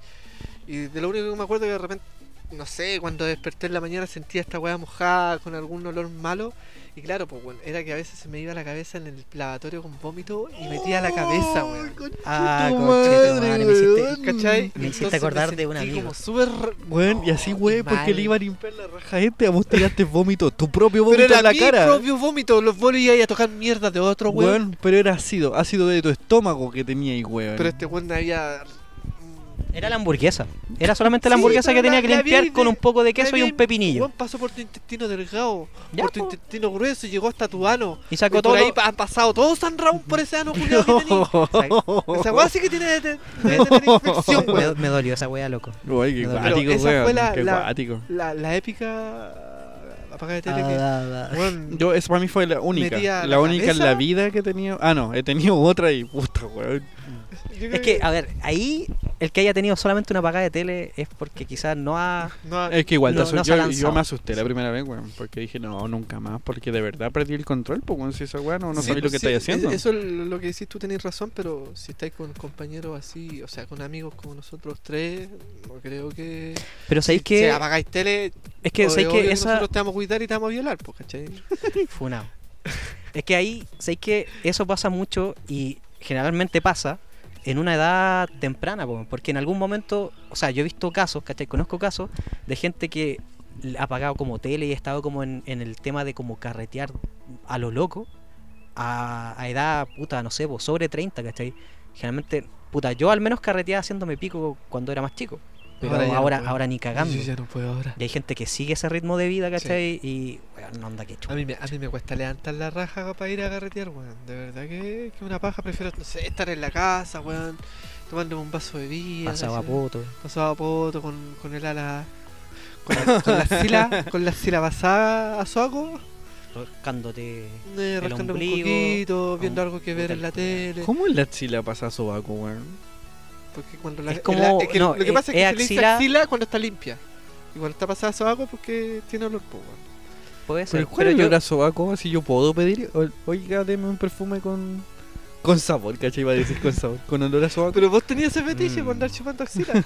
Speaker 1: Y de lo único que me acuerdo que de repente, no sé, cuando desperté en la mañana sentía esta hueá mojada con algún olor malo. Y claro, pues bueno, era que a veces se me iba la cabeza en el lavatorio con vómito y metía la cabeza, weón.
Speaker 2: Ah, coche tu madre, me hiciste.
Speaker 1: ¿Cachai?
Speaker 2: Me hiciste
Speaker 1: Entonces
Speaker 2: acordar de
Speaker 1: sentí
Speaker 2: un amigo.
Speaker 1: Como súper.
Speaker 3: Weón, y así, weón, porque
Speaker 2: mal.
Speaker 3: le iban a limpiar la raja a gente, a vos tiraste vómito, tu
Speaker 1: Pero
Speaker 3: propio vómito
Speaker 1: era
Speaker 3: en la
Speaker 1: mi
Speaker 3: cara.
Speaker 1: propio vómito, los volví ahí a tocar mierda de otro weón.
Speaker 3: Weón, pero era ácido, ácido de tu estómago que tenía ahí, weón. (laughs)
Speaker 1: Pero este weón había.
Speaker 2: Era la hamburguesa. Era solamente la
Speaker 1: Sí,
Speaker 2: hamburguesa
Speaker 1: pero
Speaker 2: que tenía
Speaker 1: la-
Speaker 2: que
Speaker 1: la
Speaker 2: limpiar
Speaker 1: vi-
Speaker 2: con un poco de queso y un
Speaker 1: bien,
Speaker 2: pepinillo.
Speaker 1: Weón pasó por tu intestino delgado,
Speaker 2: Ya,
Speaker 1: por tu
Speaker 2: po.
Speaker 1: intestino grueso y llegó hasta tu ano.
Speaker 2: Y
Speaker 1: Y
Speaker 2: sacó
Speaker 1: por
Speaker 2: todo.
Speaker 1: ahí
Speaker 2: lo- (laughs)
Speaker 1: pa- han pasado todo San Raúl por ese ano culiao que tenía. Esa weá sí que tiene de, de- de- de
Speaker 2: (laughs)
Speaker 1: tener infección,
Speaker 2: me,
Speaker 1: weón.
Speaker 2: me dolió esa wea, (laughs) loco.
Speaker 3: Uy, qué
Speaker 2: Pero
Speaker 3: cuático,
Speaker 1: esa
Speaker 3: weón.
Speaker 1: fue la-
Speaker 3: qué
Speaker 1: la-
Speaker 3: cuático.
Speaker 1: La, la épica apaga de tele que.
Speaker 2: Ah, ah, ah.
Speaker 1: Weón,
Speaker 3: Yo, esa para mí fue la única.
Speaker 1: Metía
Speaker 3: La,
Speaker 1: la
Speaker 3: única en la
Speaker 1: cabeza.
Speaker 3: vida que he tenido. Ah, no, he tenido otra y puta, weón.
Speaker 1: yo creo
Speaker 2: Es que, ah, a ver, ahí el que haya tenido solamente una pagada de tele es porque quizás no ha.
Speaker 1: No,
Speaker 3: Es que igual, te
Speaker 2: No,
Speaker 3: asu-
Speaker 2: no se ha
Speaker 3: yo,
Speaker 2: lanzado.
Speaker 3: yo me asusté la primera vez, weón. Porque dije, no, nunca más. Porque de verdad perdí el control, pues, weón. Si esa weón, no, no
Speaker 1: Sí,
Speaker 3: sabía lo que
Speaker 1: sí,
Speaker 3: estáis haciendo.
Speaker 1: e- Eso es lo que decís tú, tenés razón, pero si estáis con compañeros así, o sea, con amigos como nosotros tres, no creo que.
Speaker 2: Pero sabéis
Speaker 1: Si
Speaker 2: que.
Speaker 1: apagáis tele,
Speaker 2: Es que sabéis
Speaker 1: obvio
Speaker 2: que esa.
Speaker 1: nosotros te vamos a cuidar y te vamos a violar, pues, ¿cachai?
Speaker 2: Funado. (laughs) Es que ahí, ¿sabéis que eso pasa mucho y generalmente pasa en una edad temprana? po, Porque en algún momento, o sea, yo he visto casos, ¿cachai? Conozco casos de gente que l- ha pagado como tele y ha estado como en, en el tema de como carretear a lo loco a, a edad, puta, no sé, po, sobre 30, ¿cachai? Generalmente, puta, yo al menos carreteaba haciéndome pico cuando era más chico. Pero
Speaker 1: Ahora
Speaker 2: ahora,
Speaker 1: ya no
Speaker 2: ahora,
Speaker 1: puedo.
Speaker 2: ni cagando.
Speaker 1: Yo ya no puedo ahora.
Speaker 2: Y hay gente que sigue ese ritmo de vida, ¿cachai? Y, weón, onda que
Speaker 1: A mí, me, a mí me cuesta levantar la raja para ir a carretear, weón. De verdad que, que una paja. Prefiero, no sé, estar en la casa, weón. Tomándome un vaso de bebida.
Speaker 2: pasaba
Speaker 1: ¿cachai?
Speaker 2: puto.
Speaker 1: Pasaba poto con, con el ala. Con, la- con la
Speaker 2: (laughs)
Speaker 1: sila, con la sila pasada a soaco.
Speaker 2: Roscándote.
Speaker 1: Eh,
Speaker 2: El
Speaker 1: rascándome un
Speaker 2: ombligo,
Speaker 1: poquito, viendo
Speaker 2: un-
Speaker 1: algo que ver
Speaker 2: puta
Speaker 1: en la
Speaker 2: el culiao.
Speaker 1: tele.
Speaker 3: ¿Cómo es la axila pasa a sobaco, weón?
Speaker 1: Porque cuando la,
Speaker 2: Es
Speaker 1: en
Speaker 2: como-
Speaker 1: la- es que
Speaker 2: no,
Speaker 1: lo que
Speaker 2: es-
Speaker 1: pasa es que
Speaker 2: es
Speaker 1: se le dice
Speaker 2: axila-
Speaker 1: axila cuando está limpia. Y cuando está pasada a sobaco porque tiene olor, pues, weón.
Speaker 2: Puede ser.
Speaker 3: ¿Pero cuál
Speaker 2: Pero
Speaker 3: es el
Speaker 2: yo-
Speaker 3: olor a sobaco? Si yo puedo pedir, o- oiga, deme un perfume con... Con sabor, ¿cachai? Iba a decir con sabor. Con olor a sobaco. (laughs)
Speaker 1: Pero vos tenías ese fetiche
Speaker 3: Mm.
Speaker 1: por andar chupando axila.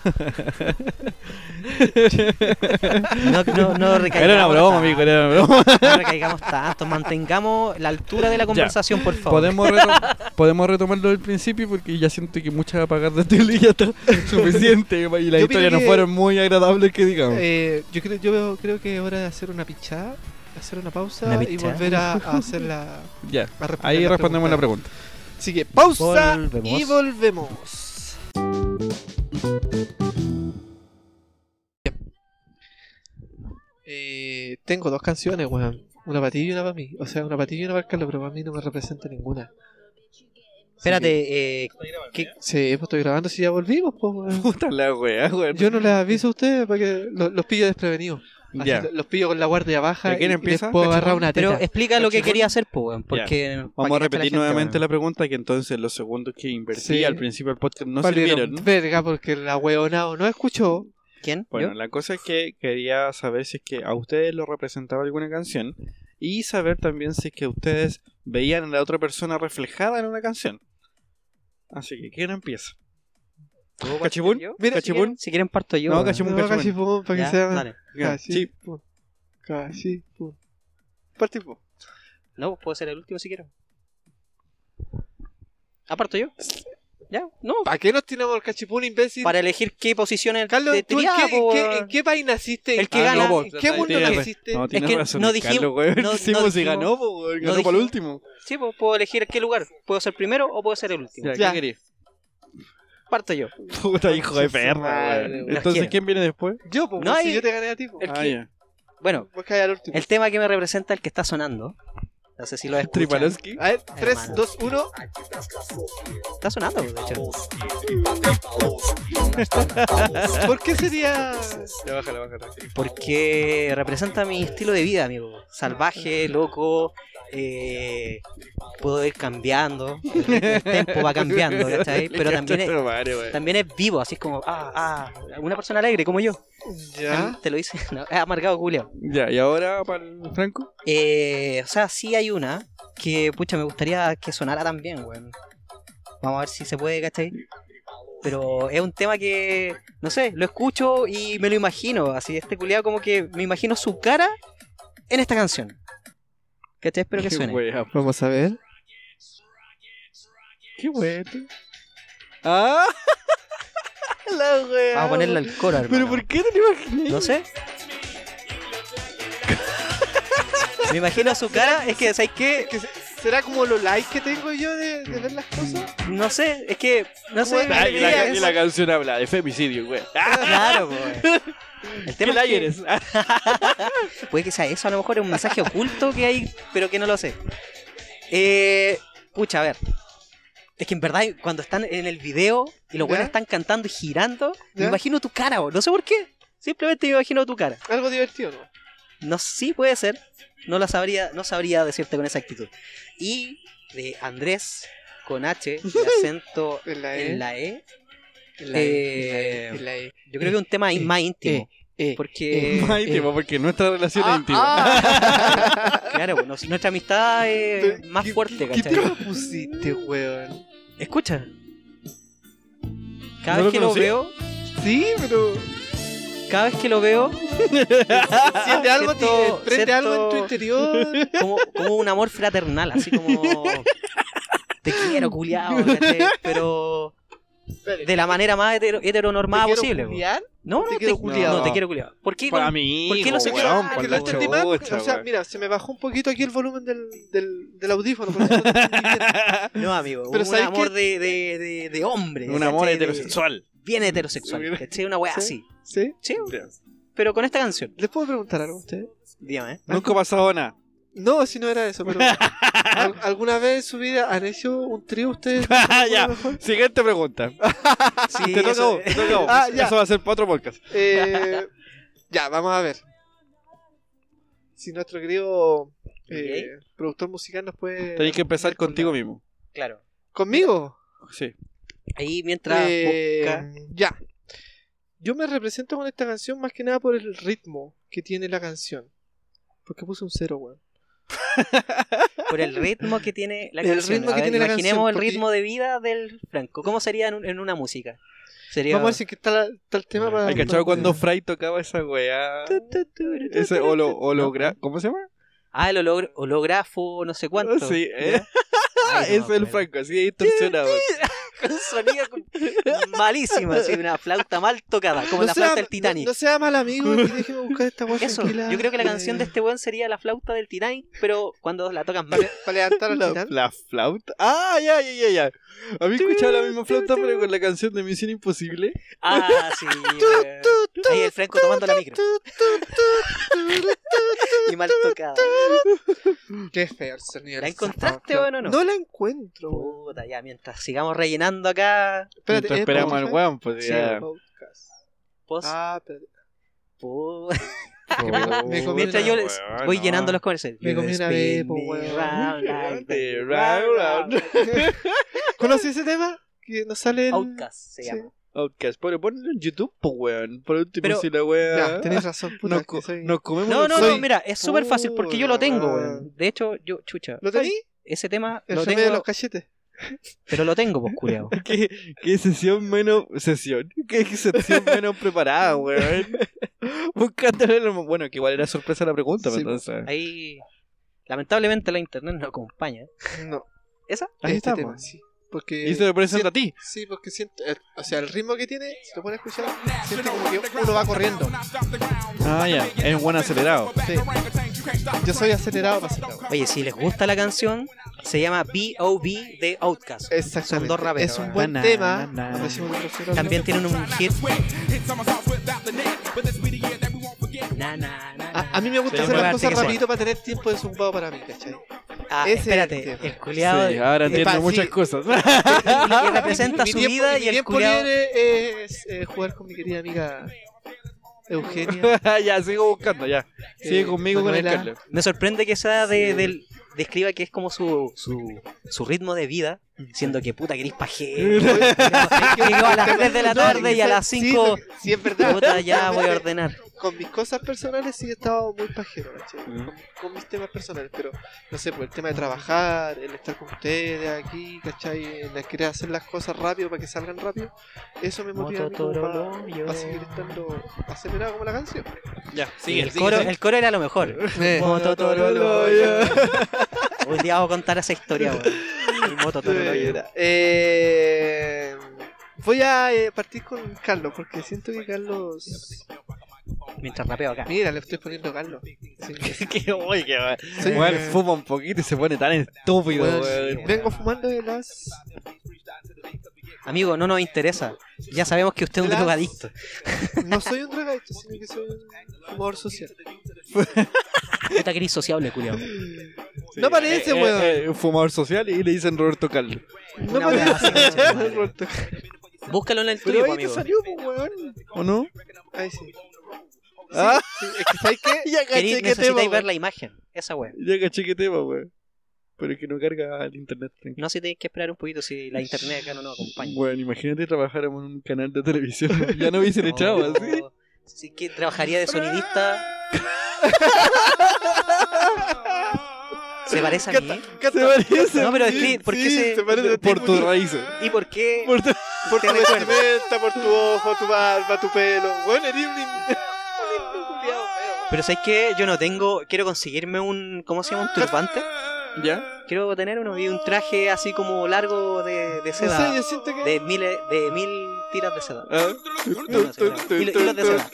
Speaker 2: no, no, (laughs) no recaigamos.
Speaker 3: Era una broma,
Speaker 2: tanto,
Speaker 3: amigo, era una broma.
Speaker 2: No recaigamos tanto. Mantengamos la altura de la conversación, por favor.
Speaker 3: (laughs) Podemos, retom- podemos retomarlo del principio porque ya siento que muchas apagadas de tele ya está (laughs) suficiente y las
Speaker 1: Yo
Speaker 3: historias
Speaker 1: opino
Speaker 3: no
Speaker 1: que-
Speaker 3: fueron muy agradables que digamos.
Speaker 1: Eh, yo creo, yo veo- creo que es hora de hacer una pichada, hacer una pausa
Speaker 2: Una
Speaker 1: y
Speaker 2: pichada.
Speaker 1: volver a, a hacer la.
Speaker 3: ya,
Speaker 1: a responder
Speaker 3: ahí
Speaker 1: la
Speaker 3: respondemos la pregunta.
Speaker 1: Así que pausa
Speaker 2: Volvemos.
Speaker 1: y volvemos. Eh, tengo dos canciones, weón. Una para ti y una para mí. O sea, una para ti y una para Carlos, pero para mí no me representa ninguna.
Speaker 2: Espérate, eh, ¿qué-
Speaker 1: Sí, pues estoy grabando si ya volvimos, pues, weón.
Speaker 3: (laughs) Puta la wea, weón.
Speaker 1: Yo no les aviso a ustedes para que lo- los pillo desprevenidos. Así
Speaker 3: Ya.
Speaker 1: lo- Los pillo con la guardia baja.
Speaker 3: ¿Pero quién
Speaker 1: y- y
Speaker 3: empieza?
Speaker 1: Les puedo agarrar una teta.
Speaker 2: pero explica lo que
Speaker 3: Cachimón.
Speaker 2: quería hacer, pues, weón, porque
Speaker 3: Vamos a
Speaker 2: para que cache la
Speaker 3: repetir
Speaker 2: gente,
Speaker 3: nuevamente
Speaker 2: weón.
Speaker 3: la pregunta que entonces los segundos que invertí
Speaker 1: Sí.
Speaker 3: al principio del podcast no
Speaker 1: Valieron
Speaker 3: sirvieron. ¿no?
Speaker 1: Verga, porque la hueonao no escuchó.
Speaker 2: ¿Quién?
Speaker 3: Bueno,
Speaker 2: ¿Yo?
Speaker 3: la cosa es que quería saber si es que a ustedes lo representaba alguna canción y saber también si es que ustedes veían a la otra persona reflejada en una canción. Así que, ¿quién empieza? ¿Cachipún?
Speaker 2: Ah, yo?
Speaker 1: Mira,
Speaker 2: Si quieren- Si quieren parto yo.
Speaker 3: No,
Speaker 2: weón.
Speaker 3: Cachimún,
Speaker 1: No,
Speaker 3: Cachimún.
Speaker 1: Cachipún, para que
Speaker 2: Ya,
Speaker 1: sea.
Speaker 2: dale.
Speaker 1: Ah,
Speaker 3: Sí.
Speaker 1: Cachipún. Cachipún. Partimos.
Speaker 2: No, puedo ser el último si quiero. ¿Aparto yo? ¿Ya? No,
Speaker 1: ¿Para qué nos tiramos el cachipún, imbécil?
Speaker 2: para elegir qué posición en
Speaker 1: Carlos,
Speaker 2: te
Speaker 1: ¿tú en,
Speaker 2: tiraba,
Speaker 1: qué, en
Speaker 2: po,
Speaker 1: qué-
Speaker 2: weón.
Speaker 1: en qué país naciste?
Speaker 2: El que
Speaker 1: ¿En qué-
Speaker 2: gana-
Speaker 1: ¿En qué mundo
Speaker 3: Tienes
Speaker 1: naciste?
Speaker 3: No, tienes
Speaker 2: que
Speaker 3: razón,
Speaker 2: no
Speaker 3: Carlos,
Speaker 2: dijimos-
Speaker 3: weón. (laughs)
Speaker 2: no-
Speaker 3: Hicimos
Speaker 2: no
Speaker 3: si
Speaker 2: dijimos-
Speaker 3: ganó, po, weón,
Speaker 2: no
Speaker 3: ganó para el
Speaker 2: dijimos-
Speaker 3: último.
Speaker 2: Sí, pues puedo elegir qué lugar. Puedo ser primero o puedo ser el último.
Speaker 3: Ya,
Speaker 1: Ya.
Speaker 3: ¿qué querés?
Speaker 2: Parto yo.
Speaker 3: Puta hijo de perra,
Speaker 1: madre,
Speaker 3: weón.
Speaker 2: weón.
Speaker 3: Entonces, ¿quién viene después?
Speaker 1: Yo, pues,
Speaker 2: No
Speaker 1: weón,
Speaker 2: hay-
Speaker 1: si yo te gané a ti, pues.
Speaker 2: El
Speaker 3: ah,
Speaker 2: que-
Speaker 3: ya.
Speaker 2: Bueno,
Speaker 1: Vos caes al último.
Speaker 2: el tema que me representa el que está sonando. No sé si lo escuchan.
Speaker 3: Tripalowski.
Speaker 1: A ver, 3,
Speaker 2: Hermano.
Speaker 1: 2, 1.
Speaker 2: Está sonando, de hecho.
Speaker 1: ¿Por qué sería.?
Speaker 3: Ah, Ya, bájala, bájala.
Speaker 2: Porque representa mi estilo de vida, amigo. Salvaje, loco. eh, puedo ir cambiando. El, el tempo va cambiando,
Speaker 3: (laughs)
Speaker 2: ¿cachai? Pero también es, también es vivo, así es como, ah, ah, una persona alegre como yo.
Speaker 1: Ya.
Speaker 2: Te lo hice, (laughs) no, es amargado, Julio.
Speaker 3: Ya, y ahora para el Franco.
Speaker 2: Eh, o sea, sí hay una que, pucha, me gustaría que sonara también, weón. Vamos a ver si se puede, ¿cachai? Pero es un tema que, no sé, lo escucho y me lo imagino. Así, este culiado como que me imagino su cara en esta canción. ¿Cachai? Espero
Speaker 3: (laughs)
Speaker 2: que
Speaker 3: Qué
Speaker 2: suene.
Speaker 3: wea,
Speaker 1: Vamos a ver.
Speaker 3: Qué wea. Ah, la wea.
Speaker 2: Vamos a ponerle al coro, hermano.
Speaker 3: Pero ¿por qué te lo imaginé?
Speaker 2: No
Speaker 3: (laughs)
Speaker 2: sé. me imagino su cara, es que, ¿sabes qué?
Speaker 1: Que se- ¿Será como los likes que tengo yo de, de ver las cosas?
Speaker 2: No sé, es que, no sé.
Speaker 3: Ah, y, la,
Speaker 2: es-
Speaker 3: y la canción habla de femicidio, güey. Ah,
Speaker 2: Claro, pues. El
Speaker 3: ¿Qué
Speaker 2: tema es
Speaker 3: like
Speaker 2: que
Speaker 3: eres?
Speaker 2: (laughs)
Speaker 3: Ah, (laughs)
Speaker 2: puede que sea eso, a lo mejor es un mensaje oculto que hay, pero que no lo sé. Eh, pucha, a ver. Es que en verdad, cuando están en el video y los
Speaker 1: ¿Ya?
Speaker 2: buenos están cantando y girando, me
Speaker 1: ¿Ya?
Speaker 2: imagino tu cara, bo. no sé por qué. Simplemente me imagino tu cara.
Speaker 1: (laughs) Algo divertido, ¿no?
Speaker 2: No sé, sí puede ser. No la sabría, no sabría decirte con exactitud. Y de Andrés
Speaker 1: (laughs)
Speaker 2: con H, de acento
Speaker 1: En la E.
Speaker 2: en la E,
Speaker 1: en la E,
Speaker 2: eh,
Speaker 1: en la E.
Speaker 2: yo creo que un tema ahí más íntimo.
Speaker 1: eh, (laughs)
Speaker 2: Porque
Speaker 3: más íntimo, porque nuestra
Speaker 2: ah,
Speaker 3: relación es íntima.
Speaker 2: Claro, pues, nos- nuestra amistad es más fuerte,
Speaker 1: ¿Qué
Speaker 2: ¿cachai?
Speaker 1: tema pusiste, weón?
Speaker 2: Escucha. Cada vez
Speaker 3: ¿No lo
Speaker 2: que lo
Speaker 3: conocí?
Speaker 2: veo,
Speaker 1: Sí, pero.
Speaker 2: (laughs) cada vez que lo veo,
Speaker 1: Siente algo, te-
Speaker 2: Siento-
Speaker 1: prende
Speaker 2: siento-
Speaker 1: algo en tu
Speaker 2: (laughs)
Speaker 1: interior.
Speaker 2: como, como un amor fraternal, así como. Te quiero, culiao, ¿cachai? Pero. De la manera más hetero- heteronormada
Speaker 1: quiero
Speaker 2: posible. po.
Speaker 1: culiar?
Speaker 2: No, no,
Speaker 1: Te quiero culiao.
Speaker 2: no, te quiero culiao. ¿Por qué?
Speaker 3: Para
Speaker 2: con-
Speaker 3: mí.
Speaker 2: ¿por qué este no se
Speaker 3: güey,
Speaker 2: queda-
Speaker 3: pa'
Speaker 1: Ah,
Speaker 2: por
Speaker 1: que
Speaker 3: la
Speaker 1: no entendí más.
Speaker 3: chucha,
Speaker 1: O sea,
Speaker 3: güey.
Speaker 1: mira, se me bajó un poquito aquí el volumen del, del, del audífono. por eso no
Speaker 2: (laughs)
Speaker 1: entendí bien.
Speaker 2: (laughs) No, amigo,
Speaker 1: Pero
Speaker 2: un
Speaker 1: ¿sabes
Speaker 2: amor de, de, de, de hombre.
Speaker 3: Un amor
Speaker 2: ¿cachai? De-
Speaker 3: heterosexual.
Speaker 2: bien heterosexual.
Speaker 1: Bien.
Speaker 2: ¿Cachai? Una weá
Speaker 1: Sí.
Speaker 2: así.
Speaker 1: ¿Sí?
Speaker 2: Sí, pero con esta canción.
Speaker 1: ¿Les puedo preguntar algo a ustedes?
Speaker 2: Dígame.
Speaker 3: (laughs) Nunca ha pasado
Speaker 2: (laughs)
Speaker 3: nada.
Speaker 1: No, si no era eso,
Speaker 3: (laughs)
Speaker 1: pero. ¿al- ¿Alguna vez en su vida han hecho un trío
Speaker 3: (laughs)
Speaker 1: ustedes?
Speaker 3: Ah, ya. Siguiente pregunta.
Speaker 2: (laughs) Sí,
Speaker 3: te toca a
Speaker 2: eso-
Speaker 3: vos,
Speaker 2: (laughs)
Speaker 3: te toca a vos.
Speaker 1: Ah, ya.
Speaker 3: Eso va a ser para otro podcast.
Speaker 1: Eh, ya, vamos a ver. Si nuestro querido eh, productor musical nos puede.
Speaker 3: Tenéis que empezar contigo mismo.
Speaker 2: Claro.
Speaker 1: ¿Conmigo?
Speaker 3: Sí.
Speaker 2: Ahí mientras
Speaker 1: Eh,
Speaker 2: busca.
Speaker 1: ya. Yo me represento con esta canción más que nada por el ritmo que tiene la canción. Porque puse un cero, weón.
Speaker 2: Por el ritmo que tiene la
Speaker 1: (laughs) El
Speaker 2: canción.
Speaker 1: ritmo
Speaker 2: A
Speaker 1: que
Speaker 2: ver,
Speaker 1: tiene la
Speaker 2: imaginemos
Speaker 1: canción,
Speaker 2: el
Speaker 1: porque-
Speaker 2: ritmo de vida del Franco. ¿Cómo sería en, un- en una música? Sería.
Speaker 1: Vamos a ver si que está, la- está el tema para.
Speaker 3: ¿Hay cachado cuando Fry tocaba
Speaker 2: (laughs)
Speaker 3: esa weá? Ese
Speaker 2: este,
Speaker 3: holo, hologra... ¿Cómo se llama?
Speaker 2: Ah, el holog- holografo, no sé cuánto.
Speaker 3: Sí, eh.
Speaker 2: Ay, no
Speaker 3: es
Speaker 2: me
Speaker 3: el
Speaker 2: acuerdo. (laughs)
Speaker 3: Franco, así distorsionado.
Speaker 2: Con sonido con- malísimo, así una flauta mal tocada, como
Speaker 1: No
Speaker 2: la
Speaker 1: sea-
Speaker 2: flauta del Titanic.
Speaker 1: No, no sea mal amigo
Speaker 2: (laughs)
Speaker 1: y déjeme buscar esta weá
Speaker 2: Eso,
Speaker 1: tranquila.
Speaker 2: yo creo que la
Speaker 1: Eh, (laughs)
Speaker 2: canción de este weón sería la flauta del Titanic, pero cuando la tocan mal.
Speaker 1: Para levantar al
Speaker 3: La,
Speaker 1: final.
Speaker 3: la flauta. Ah, ya, ya, ya, ya. Había escuchado la misma flauta, pero con la canción de Misión Imposible.
Speaker 2: Ah, sí. weón. Ahí el Franco tomando la micro. Y mal tocada.
Speaker 1: (laughs) Qué feo el sonido.
Speaker 2: ¿La
Speaker 1: del zapato.
Speaker 2: encontraste, weón, o no?
Speaker 1: No la encuentro, weón.
Speaker 2: Puta, ya, mientras sigamos rellenando acá.
Speaker 1: Espérate, eh,
Speaker 3: Mientras
Speaker 1: ¿es
Speaker 3: esperamos al
Speaker 1: podcast?
Speaker 3: weón, pues
Speaker 2: Sí,
Speaker 3: ya.
Speaker 1: Podcast.
Speaker 2: Post,
Speaker 1: Ah, espérate.
Speaker 2: pu-
Speaker 3: Oh,
Speaker 1: Me comí
Speaker 2: Mientras
Speaker 1: una-
Speaker 2: yo les
Speaker 3: Ah,
Speaker 2: (laughs) voy llenando los comerciales.
Speaker 1: Me comí una vez, po,
Speaker 2: Spin me
Speaker 1: weón.
Speaker 2: round like
Speaker 3: Round,
Speaker 2: the-
Speaker 3: round, round.
Speaker 2: (laughs)
Speaker 1: ¿Conocí ese tema? Que nos sale el...
Speaker 2: Outcast se
Speaker 1: Sí.
Speaker 2: llama.
Speaker 3: Outcast, pero ponlo en YouTube, po, weón. Por último,
Speaker 2: Pero-
Speaker 3: si la weá.
Speaker 1: Ya, tenés razón, puta.
Speaker 3: nos,
Speaker 1: es que
Speaker 3: co-
Speaker 1: soy-
Speaker 3: nos comemos.
Speaker 2: No,
Speaker 3: los-
Speaker 2: no, no,
Speaker 1: Soy-
Speaker 2: mira, es súper fácil porque yo lo tengo, weón. De hecho, yo, chucha.
Speaker 1: ¿Lo tení?
Speaker 2: Ese tema
Speaker 1: El
Speaker 2: lo
Speaker 1: remedio de
Speaker 2: tengo,
Speaker 1: los cachetes.
Speaker 2: pero lo tengo, pues, culiao.
Speaker 3: ¿Qué, qué sesión menos. Sesión. Qué sesión menos preparada, weón. Buscándole. lo- Bueno, que igual era sorpresa la pregunta,
Speaker 1: Sí,
Speaker 3: pero entonces.
Speaker 2: Ahí, lamentablemente la internet no acompaña.
Speaker 1: No.
Speaker 2: ¿Esa?
Speaker 3: Ahí
Speaker 1: este
Speaker 3: estamos.
Speaker 1: tema, sí. Porque...
Speaker 3: Y se lo presenta a
Speaker 1: siento-
Speaker 3: ti.
Speaker 1: Sí, porque siento... eh, o sea, el ritmo que tiene, si lo pones a escuchar, siento como que uno va corriendo.
Speaker 3: Ah, ya. Es un buen acelerado.
Speaker 1: Sí. Yo soy acelerado para acelerado.
Speaker 2: Oye, si les gusta la canción, se llama B.O.B. de Outcast. Son
Speaker 1: Exactamente.
Speaker 2: dos raperos, ¿eh?
Speaker 1: es un
Speaker 2: ¿verdad?
Speaker 1: buen
Speaker 3: Na,
Speaker 1: tema.
Speaker 3: na, na.
Speaker 1: Aparecimos nosotros.
Speaker 2: También tienen un hit. Na, na, na,
Speaker 1: A, a mí me gusta
Speaker 2: Sí,
Speaker 1: hacer
Speaker 2: bueno,
Speaker 1: las cosas
Speaker 2: arte que sea.
Speaker 1: rapidito para tener tiempo de zumbado para mí, ¿cachai?
Speaker 2: Ah,
Speaker 1: ese es
Speaker 2: espérate,
Speaker 1: el tema.
Speaker 2: el culiado
Speaker 3: Sí, ahora
Speaker 1: eh, pa-
Speaker 3: entiendo muchas
Speaker 1: sí.
Speaker 3: cosas.
Speaker 2: que
Speaker 1: (laughs)
Speaker 2: representa
Speaker 1: Mi
Speaker 2: su
Speaker 1: tiempo-
Speaker 2: vida
Speaker 1: mi
Speaker 2: y el
Speaker 1: tiempo
Speaker 2: culiado.
Speaker 1: libre es eh, jugar con mi querida amiga Eugenia.
Speaker 3: (laughs) ya, sigo buscando, ya. Sigue
Speaker 1: Eh,
Speaker 3: conmigo con el
Speaker 1: Manuela.
Speaker 3: Carlos.
Speaker 2: Me sorprende que sea de, del describa que es como su, su, su ritmo de vida, siendo que puta querís
Speaker 1: (laughs)
Speaker 2: pajero. (laughs) Llegó a las 3 de la
Speaker 1: No,
Speaker 2: tarde y a
Speaker 1: sí,
Speaker 2: las
Speaker 1: sí,
Speaker 2: 5
Speaker 1: lo que- (laughs) sí, es verdad.
Speaker 2: puta ya voy a ordenar.
Speaker 1: Con mis cosas personales sí he estado muy pajero, ¿cachai? Con mis temas personales, pero no sé, por el tema de trabajar, el estar con ustedes aquí, ¿cachai? El querer hacer las cosas rápido para que salgan rápido, eso me motiva a mí como para,
Speaker 2: Mototorollo.
Speaker 1: para seguir estando acelerado como la canción.
Speaker 3: Ya,
Speaker 2: Sí, el coro, el coro era lo mejor.
Speaker 3: Eh.
Speaker 2: Mototorollo.
Speaker 1: (laughs)
Speaker 3: Mototorollo.
Speaker 2: Un día vamos a contar esa historia, weón. El mototorollo.
Speaker 1: Eh, voy a eh, partir con Carlos, porque siento que Carlos.
Speaker 2: Mientras rapeo acá.
Speaker 1: Mira, le estoy poniendo Carlos. Sí,
Speaker 3: Qué oye, qué weón.
Speaker 1: Sí.
Speaker 3: Weón, fuma un poquito y se pone tan estúpido,
Speaker 1: weón.
Speaker 3: weón.
Speaker 1: Vengo fumando de las.
Speaker 2: Amigo, no nos interesa. Ya sabemos que usted es un
Speaker 1: Las-
Speaker 2: drogadicto.
Speaker 1: No soy un drogadicto, sino que soy un fumador social.
Speaker 2: Puta que eres sociable, culiao.
Speaker 1: No parece,
Speaker 3: Eh, eh,
Speaker 1: weón.
Speaker 3: eh, un fumador social y le dicen Roberto Carlos.
Speaker 1: No
Speaker 2: Una weá
Speaker 1: parece.
Speaker 2: así, concha tu madre.
Speaker 1: (laughs) Roberto.
Speaker 2: Búscalo en el
Speaker 1: Pero
Speaker 2: tuyo,
Speaker 1: ahí
Speaker 2: po,
Speaker 1: te
Speaker 2: amigo.
Speaker 1: salió, pues, weón.
Speaker 3: ¿O no?
Speaker 1: Ahí sí.
Speaker 3: Ah,
Speaker 1: Sí, es que ¿sabes qué?
Speaker 3: (laughs) ya
Speaker 2: Querís-
Speaker 3: caché que tema.
Speaker 2: necesitáis ver
Speaker 3: weón.
Speaker 2: la imagen. Esa weón.
Speaker 3: Ya caché que tema, weón. Pero es que no carga el internet. tranquilo.
Speaker 2: No sé si tenéis que esperar un poquito si la internet acá no nos acompaña.
Speaker 3: Weón, imagínate trabajáramos en un canal de televisión. ya no
Speaker 1: (laughs)
Speaker 3: hubiese echado,
Speaker 2: No,
Speaker 3: así.
Speaker 2: sí que trabajaría de sonidista. ¿Se parece a mí?
Speaker 3: ¿Qué te parece?
Speaker 2: No, pero es que, ¿por qué se-
Speaker 3: parece por tus raíces.
Speaker 2: ¿Y por qué?
Speaker 3: Por tu-
Speaker 1: Por
Speaker 2: Te
Speaker 1: tu
Speaker 2: recuerdo.
Speaker 1: vestimenta, por tu ojo, tu barba, tu pelo. Weón, eres un. un indio culiao, weón.
Speaker 2: Pero ¿sabes qué? Yo no tengo... Quiero conseguirme un... ¿Cómo se llama? Un turbante.
Speaker 3: ¿Ya?
Speaker 2: Quiero tener uno y un traje así como largo de, de
Speaker 1: No
Speaker 2: seda.
Speaker 1: sé, yo siento que.
Speaker 2: De mil, de mil tiras de seda.
Speaker 3: Ah.
Speaker 2: No, no, sí, no. Y lo- y los de seda.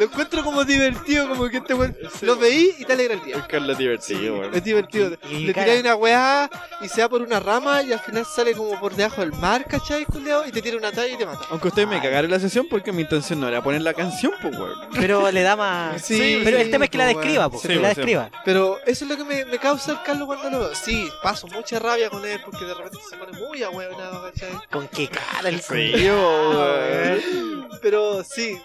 Speaker 1: Lo encuentro como divertido, como que este weón. Lo veí y te alegra el día.
Speaker 3: Es Carlos divertido, weón.
Speaker 1: Es divertido.
Speaker 2: Y mi
Speaker 1: Le
Speaker 2: cara.
Speaker 1: tiráis una weá y se va por una rama y al final sale como por debajo del mar, ¿cachai, culiao? Y te tira una talla y te mata.
Speaker 3: Aunque ustedes me cagaron la sesión porque mi intención no era poner la canción, pues, weón.
Speaker 2: Pero le da más.
Speaker 1: Sí,
Speaker 2: pero
Speaker 1: sí,
Speaker 2: el tema es que la
Speaker 1: po, weón.
Speaker 2: describa, po,
Speaker 3: Sí,
Speaker 2: que
Speaker 3: po,
Speaker 2: la
Speaker 3: sí.
Speaker 2: describa.
Speaker 1: Pero eso es lo que me, me causa el Carlos cuando lo veo. Sí, paso mucha rabia con él porque de repente se pone muy ahueonado, ¿cachai?
Speaker 2: Con qué cara el
Speaker 1: Pero sí.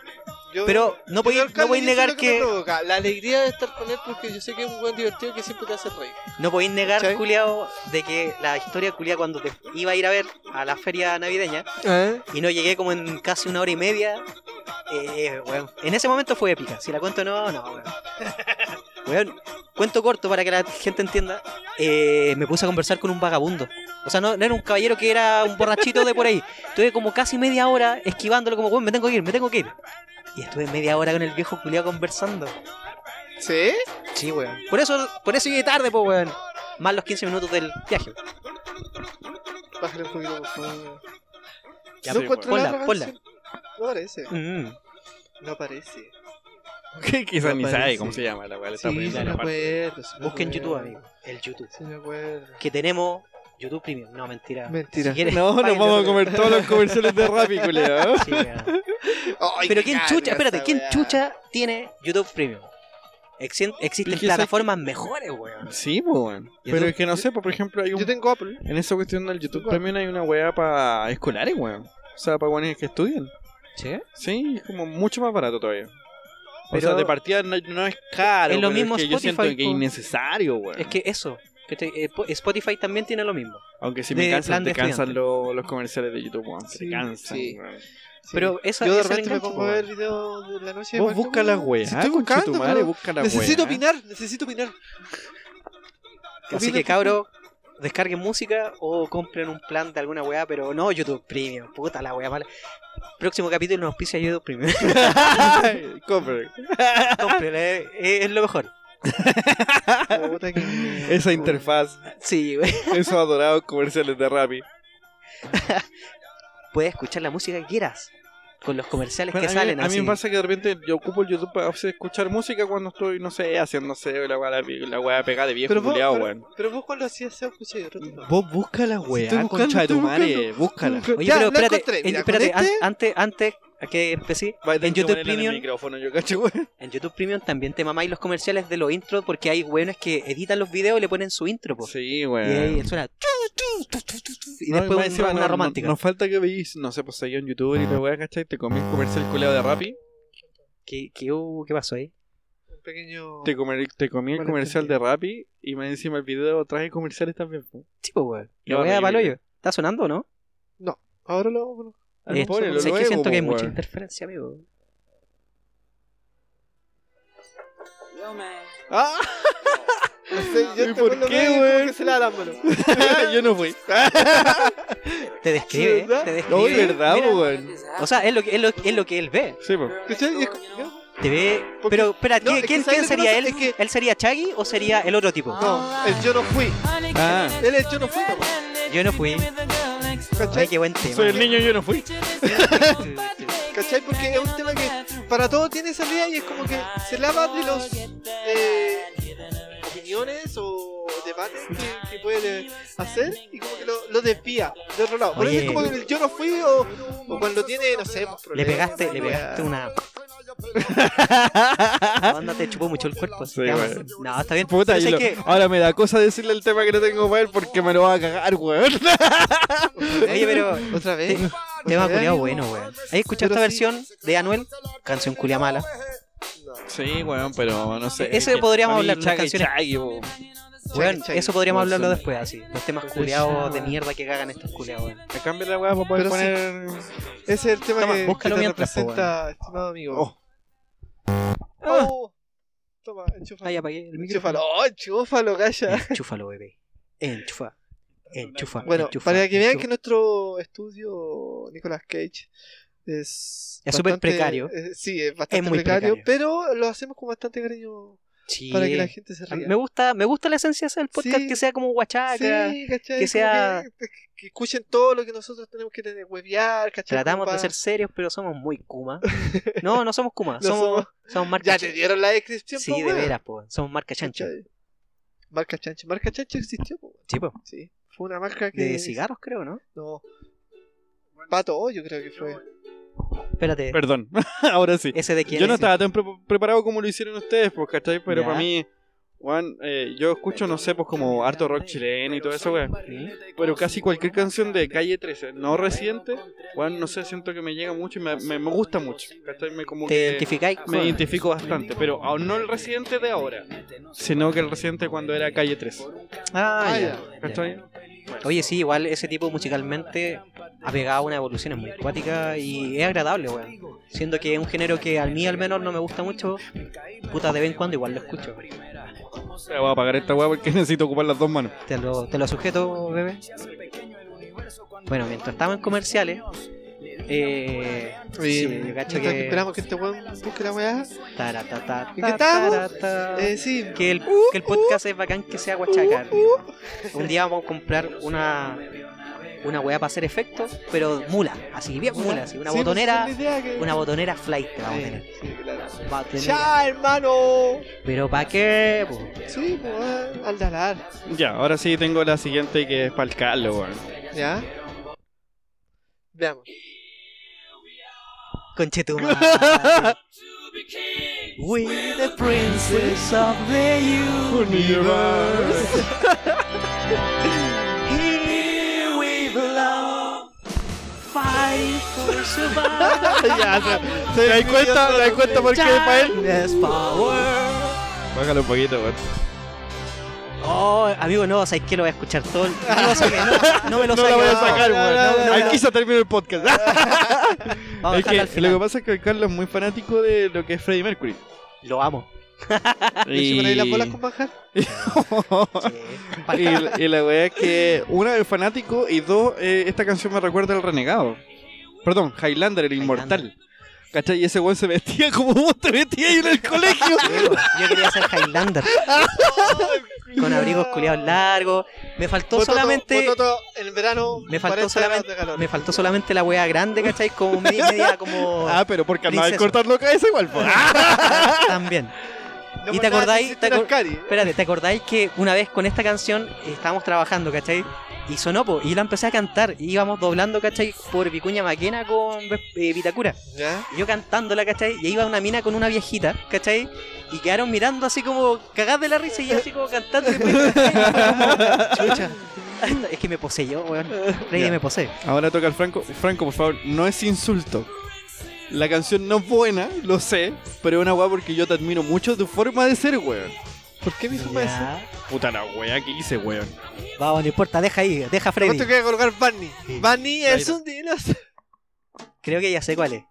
Speaker 1: Yo,
Speaker 2: Pero
Speaker 1: yo
Speaker 2: no podéis-
Speaker 1: creo que al
Speaker 2: no podéis
Speaker 1: inicio
Speaker 2: negar
Speaker 1: lo
Speaker 2: que-
Speaker 1: me provoca, la alegría de estar con él porque yo sé que es un buen divertido que siempre te hace reír.
Speaker 2: No podéis negar,
Speaker 1: ¿Cachai?
Speaker 2: culiao, de que la historia, culiao, cuando te iba a ir a ver a la feria navideña
Speaker 3: ¿Eh?
Speaker 2: y no llegué como en casi una hora y media, eh, weón, en ese momento fue épica. Si la cuento no, no, weón. Weón, cuento corto para que la gente entienda. eh, me puse a conversar con un vagabundo. O sea, no, no era un caballero que era un borrachito de por ahí. Estuve como casi media hora esquivándolo como, weón, me tengo que ir, me tengo que ir. Y estuve media hora con el viejo culiao conversando.
Speaker 1: ¿Sí?
Speaker 2: Sí, weón. Por eso, por eso llegué tarde, pues, weón. Más los 15 minutos del viaje.
Speaker 1: Bájale un poquito, por favor.
Speaker 2: Ya,
Speaker 1: no
Speaker 3: sí,
Speaker 1: encuentro
Speaker 2: bueno.
Speaker 1: la
Speaker 2: Ponla,
Speaker 1: otra
Speaker 2: ponla.
Speaker 1: canción. No aparece.
Speaker 2: Mm.
Speaker 1: No aparece.
Speaker 3: Que quizás ni sabe
Speaker 1: Aparece.
Speaker 3: cómo se llama la weón. le está
Speaker 1: Sí,
Speaker 3: poniendo
Speaker 1: sí me
Speaker 3: la parte.
Speaker 1: acuerdo. sí me
Speaker 2: Busca en
Speaker 1: acuerdo.
Speaker 2: YouTube, amigo. El YouTube.
Speaker 1: Sí me acuerdo.
Speaker 2: Que tenemos YouTube Premium. No, mentira.
Speaker 1: Mentira.
Speaker 2: Si
Speaker 1: (laughs)
Speaker 2: quieres,
Speaker 3: No, nos
Speaker 2: págate
Speaker 3: vamos a
Speaker 2: otro.
Speaker 3: comer todos los comerciales de Rappi, culiao.
Speaker 2: Sí, weón.
Speaker 1: Ay,
Speaker 2: Pero
Speaker 1: qué
Speaker 2: ¿quién
Speaker 1: cara
Speaker 2: chucha? Espérate,
Speaker 1: esa
Speaker 2: ¿quién
Speaker 1: weá.
Speaker 2: chucha tiene YouTube Premium? Exien- existen
Speaker 3: Es que esa-
Speaker 2: plataformas mejores, weón.
Speaker 3: Sí, pues, weón.
Speaker 2: ¿Y
Speaker 3: Pero
Speaker 2: tú?
Speaker 3: es que no sé, pues, por ejemplo, hay
Speaker 1: Yo
Speaker 3: un...
Speaker 1: tengo Apple.
Speaker 3: En esa cuestión del YouTube también hay una weá para escolares, weón. O sea, para weones que estudian.
Speaker 2: ¿Sí?
Speaker 3: Sí, es como mucho más barato todavía. o
Speaker 2: Pero-
Speaker 3: sea, de partida no, no es caro.
Speaker 2: Es lo
Speaker 3: pero
Speaker 2: mismo
Speaker 3: que yo siento
Speaker 2: Spotify,
Speaker 3: que es
Speaker 2: po.
Speaker 3: innecesario, weón.
Speaker 2: Es que eso. que te- eh, po- Spotify también tiene lo mismo.
Speaker 3: Aunque si
Speaker 2: de
Speaker 3: me
Speaker 2: plan
Speaker 3: cansan,
Speaker 2: de
Speaker 3: te cansan
Speaker 2: estudiante.
Speaker 3: lo- los comerciales de YouTube, weón. Se
Speaker 1: Sí,
Speaker 3: cansan,
Speaker 1: sí.
Speaker 3: weón.
Speaker 1: Sí.
Speaker 2: Pero esa
Speaker 1: yo de
Speaker 2: esa le
Speaker 1: repente me
Speaker 2: engancha,
Speaker 1: pongo a ver videos de la noche. de
Speaker 3: Vos
Speaker 1: Martín,
Speaker 3: busca las
Speaker 1: weón.
Speaker 3: weas,
Speaker 1: Si estoy
Speaker 3: conchetumare,
Speaker 1: buscando, weón.
Speaker 3: busca las
Speaker 1: Necesito
Speaker 3: weas. (laughs)
Speaker 1: opinar, necesito opinar.
Speaker 2: Así que cabro, descarguen música o compren un plan de alguna weá, pero no YouTube Premium, puta la weá mala. Próximo capítulo nos auspicia YouTube Premium. (laughs)
Speaker 3: Compre.
Speaker 2: Compren, eh, eh, es lo mejor.
Speaker 1: Puta que mierda,
Speaker 3: Esa
Speaker 1: weón.
Speaker 3: interfaz,
Speaker 2: Sí, wey.
Speaker 3: esos adorados comerciales de Rappi.
Speaker 2: Puedes escuchar la música que quieras. Con los comerciales
Speaker 3: Bueno,
Speaker 2: que
Speaker 3: a mí-
Speaker 2: salen
Speaker 3: a mí
Speaker 2: así.
Speaker 3: me pasa que de repente yo ocupo el YouTube para o sea, escuchar música cuando estoy, no sé, haciendo no sé, la weá la weá pegada de viejo
Speaker 1: Pero vos-
Speaker 3: culiao,
Speaker 1: pero-
Speaker 3: weón.
Speaker 1: Pero vos cuando hacías SEO, escuché yo.
Speaker 3: Vos busca las weá,
Speaker 1: estoy buscando,
Speaker 3: concha de tu
Speaker 1: estoy
Speaker 3: madre, búscala.
Speaker 2: Oye,
Speaker 1: Ya,
Speaker 2: pero
Speaker 1: la
Speaker 2: espérate,
Speaker 1: encontré.
Speaker 2: eh,
Speaker 1: Mira,
Speaker 2: espérate,
Speaker 1: con este-
Speaker 2: an- antes, antes a que empecé,
Speaker 3: Va a tener
Speaker 2: en
Speaker 3: que
Speaker 2: YouTube
Speaker 3: ponerla en el
Speaker 2: Premium,
Speaker 3: micrófono, yo cacho, weón.
Speaker 2: en YouTube Premium también te mamáis los comerciales de los intros porque hay weones que editan los videos y le ponen su intro, po.
Speaker 3: Sí,
Speaker 2: Pues Y
Speaker 3: weón.
Speaker 2: ahí suena tu, tu, tu, tu, tu, tu, y
Speaker 3: No, más
Speaker 2: después
Speaker 3: encima
Speaker 2: una, una
Speaker 3: no-
Speaker 2: romántica. Ah.
Speaker 3: no- Nos falta que veis, no sé, pues seguí en YouTube y la weá, ¿cachai? Te comí el comercial culiao de Rappi.
Speaker 2: ¿Qué, qué, hubo? ¿Qué pasó ahí?
Speaker 1: Un pequeño.
Speaker 3: Te, comer- te comí el
Speaker 1: Bueno,
Speaker 3: comercial de
Speaker 1: entendí.
Speaker 3: Rappi y más encima el video traje comerciales también. po.
Speaker 2: Sí, pues, weón.
Speaker 3: Ya
Speaker 2: La
Speaker 3: va,
Speaker 2: weá
Speaker 3: ya
Speaker 2: pa'l
Speaker 3: va.
Speaker 2: hoyo. ¿Está sonando o no?
Speaker 1: Ahora lo hago. ¿no?
Speaker 3: Ah,
Speaker 2: Eh,
Speaker 3: ponelo
Speaker 2: sé que
Speaker 3: luego,
Speaker 2: siento que hay
Speaker 3: po,
Speaker 2: mucha
Speaker 3: weón.
Speaker 2: interferencia, amigo.
Speaker 3: (laughs) ¡Ah!
Speaker 1: No sé, yo
Speaker 3: ¿Y
Speaker 1: este
Speaker 3: por
Speaker 1: weón lo
Speaker 3: qué,
Speaker 1: veo y como
Speaker 3: weón?
Speaker 1: que se la dan, mano.
Speaker 3: yo no fui.
Speaker 2: Te describe, ¿eh?
Speaker 1: ¿Verdad?
Speaker 2: te describe.
Speaker 3: No, es verdad, pues,
Speaker 2: Mira,
Speaker 3: weón.
Speaker 2: O sea, es lo, que, es, lo, es lo que él ve.
Speaker 3: Sí, po.
Speaker 1: ¿Cachai? Y es como- yo-
Speaker 2: Te ve.
Speaker 1: Porque-
Speaker 2: Pero, espera,
Speaker 1: No,
Speaker 2: ¿quién,
Speaker 1: es que
Speaker 2: quién-
Speaker 1: ¿sabes
Speaker 2: quién
Speaker 1: lo que pasa?
Speaker 2: sería él?
Speaker 1: Es que-
Speaker 2: ¿Él sería Chaggy o sería el otro tipo?
Speaker 1: No, el yo no fui.
Speaker 3: Ah,
Speaker 1: Él es yo no fui, nomás,
Speaker 2: Yo no fui. Ay,
Speaker 1: ¿Cachai?
Speaker 2: qué buen tema.
Speaker 3: soy el niño yo no fui.
Speaker 1: (laughs) ¿Cachai? Porque es un tema que para todo tiene salida y es como que se lava de los eh, opiniones o debates que, que puede eh, hacer y como que lo, lo desvía de otro lado. Por
Speaker 2: Oye.
Speaker 1: eso es como que el yo no fui o, o cuando tiene, no sé, pues,
Speaker 2: Le
Speaker 1: problemas,
Speaker 2: pegaste, le
Speaker 1: weá.
Speaker 2: pegaste
Speaker 3: (laughs)
Speaker 2: una. La banda te chupó mucho el cuerpo.
Speaker 3: Sí,
Speaker 2: Ya,
Speaker 3: weón.
Speaker 2: No, está bien.
Speaker 3: Puta,
Speaker 2: Pero
Speaker 3: y
Speaker 2: sé
Speaker 3: lo-
Speaker 2: que-
Speaker 3: ahora me da cosa decirle el tema que no tengo para él porque me lo va a cagar, weón.
Speaker 2: Oye, pero.
Speaker 1: (laughs) Otra
Speaker 2: te-
Speaker 1: vez.
Speaker 2: Tema
Speaker 1: Oye,
Speaker 2: culiado
Speaker 1: amigo.
Speaker 2: bueno, weón. ¿Has escuchado esta
Speaker 1: Pero sí.
Speaker 2: versión de Anuel? Canción culia mala.
Speaker 3: Sí, weón, pero no sé.
Speaker 2: Ese
Speaker 3: que-
Speaker 2: podríamos
Speaker 3: a mí
Speaker 2: hablar, las
Speaker 3: Chaggy
Speaker 2: canciones.
Speaker 3: Chaggy, po.
Speaker 2: Weón,
Speaker 1: Chaggy,
Speaker 2: eso podríamos
Speaker 3: Chaggy.
Speaker 2: hablarlo después, así. Los temas culiados de mierda que cagan estos culiados, weón.
Speaker 3: Me cambia la weá para poder
Speaker 1: Pero sí.
Speaker 3: poner.
Speaker 1: Ese es el tema
Speaker 2: Toma,
Speaker 1: que, que
Speaker 2: búscalo
Speaker 1: te
Speaker 2: mientras, po,
Speaker 1: representa, estimado amigo.
Speaker 3: Oh.
Speaker 1: Oh. Toma, enchúfalo.
Speaker 2: Ah, ya apagué el
Speaker 1: enchúfalo.
Speaker 2: micrófono.
Speaker 1: Oh, enchúfalo, calla.
Speaker 2: Enchúfalo, bebé. Enchufa. Enchufa.
Speaker 1: Bueno,
Speaker 2: enchufa,
Speaker 1: para que vean que
Speaker 2: enchufa.
Speaker 1: nuestro estudio Nicolas Cage es.
Speaker 2: Es súper
Speaker 1: bastante-
Speaker 2: precario.
Speaker 1: eh, sí, es bastante
Speaker 2: muy
Speaker 1: precario,
Speaker 2: precario.
Speaker 1: pero lo hacemos con bastante cariño
Speaker 2: Sí.
Speaker 4: para que la gente se ría.
Speaker 2: me gusta, me gusta la esencia esa del podcast
Speaker 4: Sí.
Speaker 2: que sea como
Speaker 4: Sí,
Speaker 2: guachaca.
Speaker 4: ¿cachai?
Speaker 2: Ah, que
Speaker 4: Como
Speaker 2: sea-
Speaker 4: que, que escuchen todo lo que nosotros tenemos que tener, huevear, ¿cachai?
Speaker 2: Tratamos
Speaker 4: Como
Speaker 2: de
Speaker 4: pa-
Speaker 2: ser serios, pero somos muy
Speaker 4: (laughs)
Speaker 2: Kuma. No, no somos Kuma,
Speaker 4: No
Speaker 2: somos,
Speaker 4: somos-
Speaker 2: somos marca
Speaker 4: Ya
Speaker 2: chan-
Speaker 4: te dieron la descripción,
Speaker 2: Sí,
Speaker 4: po,
Speaker 2: de
Speaker 4: weón,
Speaker 2: veras, po. somos marca chancha.
Speaker 4: ¿cachai? Marca chancho. Marca chancho existió, po, weón.
Speaker 2: Sí, po.
Speaker 4: Sí. Fue una marca que.
Speaker 2: De cigarros, creo, ¿no?
Speaker 4: No. Pato Hoyo creo que fue.
Speaker 2: Espérate,
Speaker 3: Perdón, (laughs) ahora sí.
Speaker 2: ¿ese de quién
Speaker 3: Yo no
Speaker 2: es?
Speaker 3: estaba tan pre- preparado como lo hicieron ustedes, pues, ¿cachai? Pero
Speaker 2: Ya.
Speaker 3: para mí, Juan, eh, yo escucho, no sé, pues como harto rock chileno y todo eso, weón.
Speaker 2: ¿Mm?
Speaker 3: Pero casi cualquier canción de Calle 13, no reciente, Juan, no sé, siento que me llega mucho y me, me- me gusta mucho, ¿cachai? Me, como
Speaker 2: ¿Te
Speaker 3: que
Speaker 2: identificáis?
Speaker 3: me identifico bastante, pero aún no el reciente de ahora, sino que el reciente cuando era Calle 13,
Speaker 2: Ah,
Speaker 4: Ah,
Speaker 2: ya, ya.
Speaker 3: ¿cachai?
Speaker 2: Oye, sí, igual ese tipo musicalmente ha pegado una evolución muy acuática y es agradable, weón. Siendo que es un género que a mí al menos no me gusta mucho, puta, de vez en cuando igual lo escucho.
Speaker 3: Pero voy a apagar esta weá porque (laughs) necesito ocupar las dos manos.
Speaker 2: Te lo, te lo sujeto, bebé. Bueno, mientras estaba en comerciales, eh, sí, yo cacho
Speaker 4: mientras
Speaker 2: que...
Speaker 4: Esperamos que este weón busque la weá.
Speaker 2: Tara, ta, ta,
Speaker 4: ¿En
Speaker 2: ta,
Speaker 4: qué estamos?
Speaker 2: tara, ta.
Speaker 4: Eh, sí.
Speaker 2: Ah,
Speaker 4: Uh,
Speaker 2: que, el, que el podcast es bacán que sea guachaca.
Speaker 1: uh,
Speaker 2: Un día vamos a comprar una una weá para hacer efectos, pero mula, así bien mula, así una
Speaker 4: Sí, pues,
Speaker 2: botonera,
Speaker 4: esa es la idea que-
Speaker 2: una botonera flight te vamos a tener.
Speaker 4: Sí, claro.
Speaker 2: Va a tener-
Speaker 4: ¡Ya, hermano!
Speaker 2: Pero ¿para qué? po?
Speaker 4: Sí, pues, ah, al dalar.
Speaker 3: Ya, ahora sí tengo la siguiente que es para el Carlos, weón.
Speaker 4: ¿Ya? Veamos.
Speaker 2: Conchetumare. We the princess of the universe. Here we belong. Fight for survival.
Speaker 3: (laughs) Ya, se, se da cuenta, se da cuenta por qué para él.
Speaker 2: Darkness power.
Speaker 3: Bájalo un poquito, weón.
Speaker 2: Oh, amigo, no, sabes que lo voy a escuchar todo. el- No, me lo saques, no, no me lo
Speaker 3: (laughs) No
Speaker 2: saques.
Speaker 3: la voy a sacar,
Speaker 2: no, no,
Speaker 3: weón.
Speaker 2: no, no.
Speaker 3: Aquí se termina el podcast.
Speaker 2: Vamos a dejarlo
Speaker 3: (laughs) es
Speaker 2: al
Speaker 3: que lo que
Speaker 2: final.
Speaker 3: pasa es que el Carlos es muy fanático de lo que es Freddie Mercury.
Speaker 2: Lo amo.
Speaker 4: ¿Y
Speaker 3: Y-
Speaker 4: ahí las bolas con manjar?
Speaker 2: Pa'l
Speaker 3: y, la- y la weá es que, una, es fanático y dos, eh, esta canción me recuerda al renegado. Perdón, Highlander, el inmortal. ¿Cachai? Y ese weón se vestía como vos te vestías ahí en el colegio.
Speaker 2: Yo quería ser Highlander. Con abrigos culiados largos. Me faltó
Speaker 4: Bototo,
Speaker 2: solamente.
Speaker 4: bototo, en el verano.
Speaker 2: Me faltó
Speaker 4: 40 grados
Speaker 2: solamente.
Speaker 4: de calor.
Speaker 2: Me faltó solamente la wea grande, ¿cachai? Como media, media
Speaker 3: (laughs)
Speaker 2: como.
Speaker 3: Ah, pero porque andaba de
Speaker 2: Princesa.
Speaker 3: cortar loca esa igual, po. Ah.
Speaker 2: También.
Speaker 4: No por
Speaker 2: ¿Y te
Speaker 4: nada
Speaker 2: acordáis-
Speaker 4: existe
Speaker 2: te acor-
Speaker 4: el Ascari.
Speaker 2: Espérate, ¿te acordáis que una vez con esta canción estábamos trabajando, ¿cachai? Y sonó, po, y la empecé a cantar. Y íbamos doblando, ¿cachai? Por Vicuña Maquena con eh, Vitacura.
Speaker 4: ¿Ya?
Speaker 2: Y yo cantándola, ¿cachai? Y ahí iba una mina con una viejita, ¿cachai? Y quedaron mirando así como cagadas de la risa y yo así como cantando. y después- (laughs)
Speaker 4: Chucha.
Speaker 2: es que me poseyó, weón. Freddy
Speaker 3: Ya.
Speaker 2: me posee.
Speaker 3: Ahora toca el Franco. Franco, por favor, no es insulto. La canción no es buena, lo sé, pero es una weá porque yo te admiro mucho tu forma de ser, weón.
Speaker 4: ¿Por qué mi forma de ser?
Speaker 2: Ya.
Speaker 3: Puta la weá que hice, weón.
Speaker 2: Vamos, no importa, deja ahí, deja a Freddy.
Speaker 4: ¿Cuánto queda colocar Barney? Barney
Speaker 3: Ahí
Speaker 4: es
Speaker 3: va.
Speaker 4: un dinosaurio.
Speaker 2: Creo que ya sé cuál es.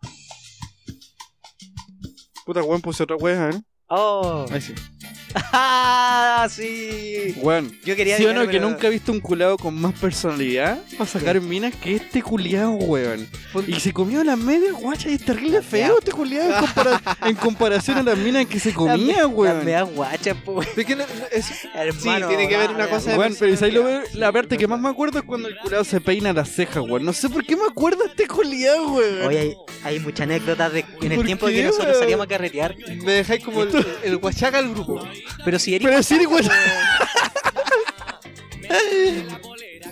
Speaker 3: Puta weón puse otra weá, ¿eh?
Speaker 2: Oh.
Speaker 3: Ahí sí.
Speaker 2: (laughs) ¡Ah, sí!
Speaker 3: Weón.
Speaker 2: Yo quería
Speaker 3: ¿Sí o no
Speaker 2: adivinar,
Speaker 3: que
Speaker 2: pero-
Speaker 3: nunca he visto un culado con más personalidad para sacar minas que este culiado, weón? Y se comió las medias guachas y es terrible
Speaker 2: Las
Speaker 3: feo
Speaker 2: meas.
Speaker 3: este culiado en, compara- en comparación a las
Speaker 2: (laughs)
Speaker 3: minas que se comía,
Speaker 2: Las
Speaker 3: weón.
Speaker 2: meas guachas, po,
Speaker 4: ¿De qué no- no- es-
Speaker 2: (laughs) hermano,
Speaker 4: tiene que ver
Speaker 2: la
Speaker 4: una
Speaker 2: wea.
Speaker 4: cosa de-
Speaker 3: Weón, pero si ahí lo veo, la parte que más me acuerdo es cuando el culiado se peina las cejas, weón. No sé por qué me acuerdo de este culiado, weón.
Speaker 2: Oye, hay, hay muchas anécdotas de en el
Speaker 3: ¿Por
Speaker 2: tiempo
Speaker 3: qué,
Speaker 2: que nosotros
Speaker 3: weón?
Speaker 2: salíamos a carretear.
Speaker 4: Me dejáis como el, el guachaca al grupo.
Speaker 2: Pero si eres.
Speaker 3: (laughs) pero sí, weón.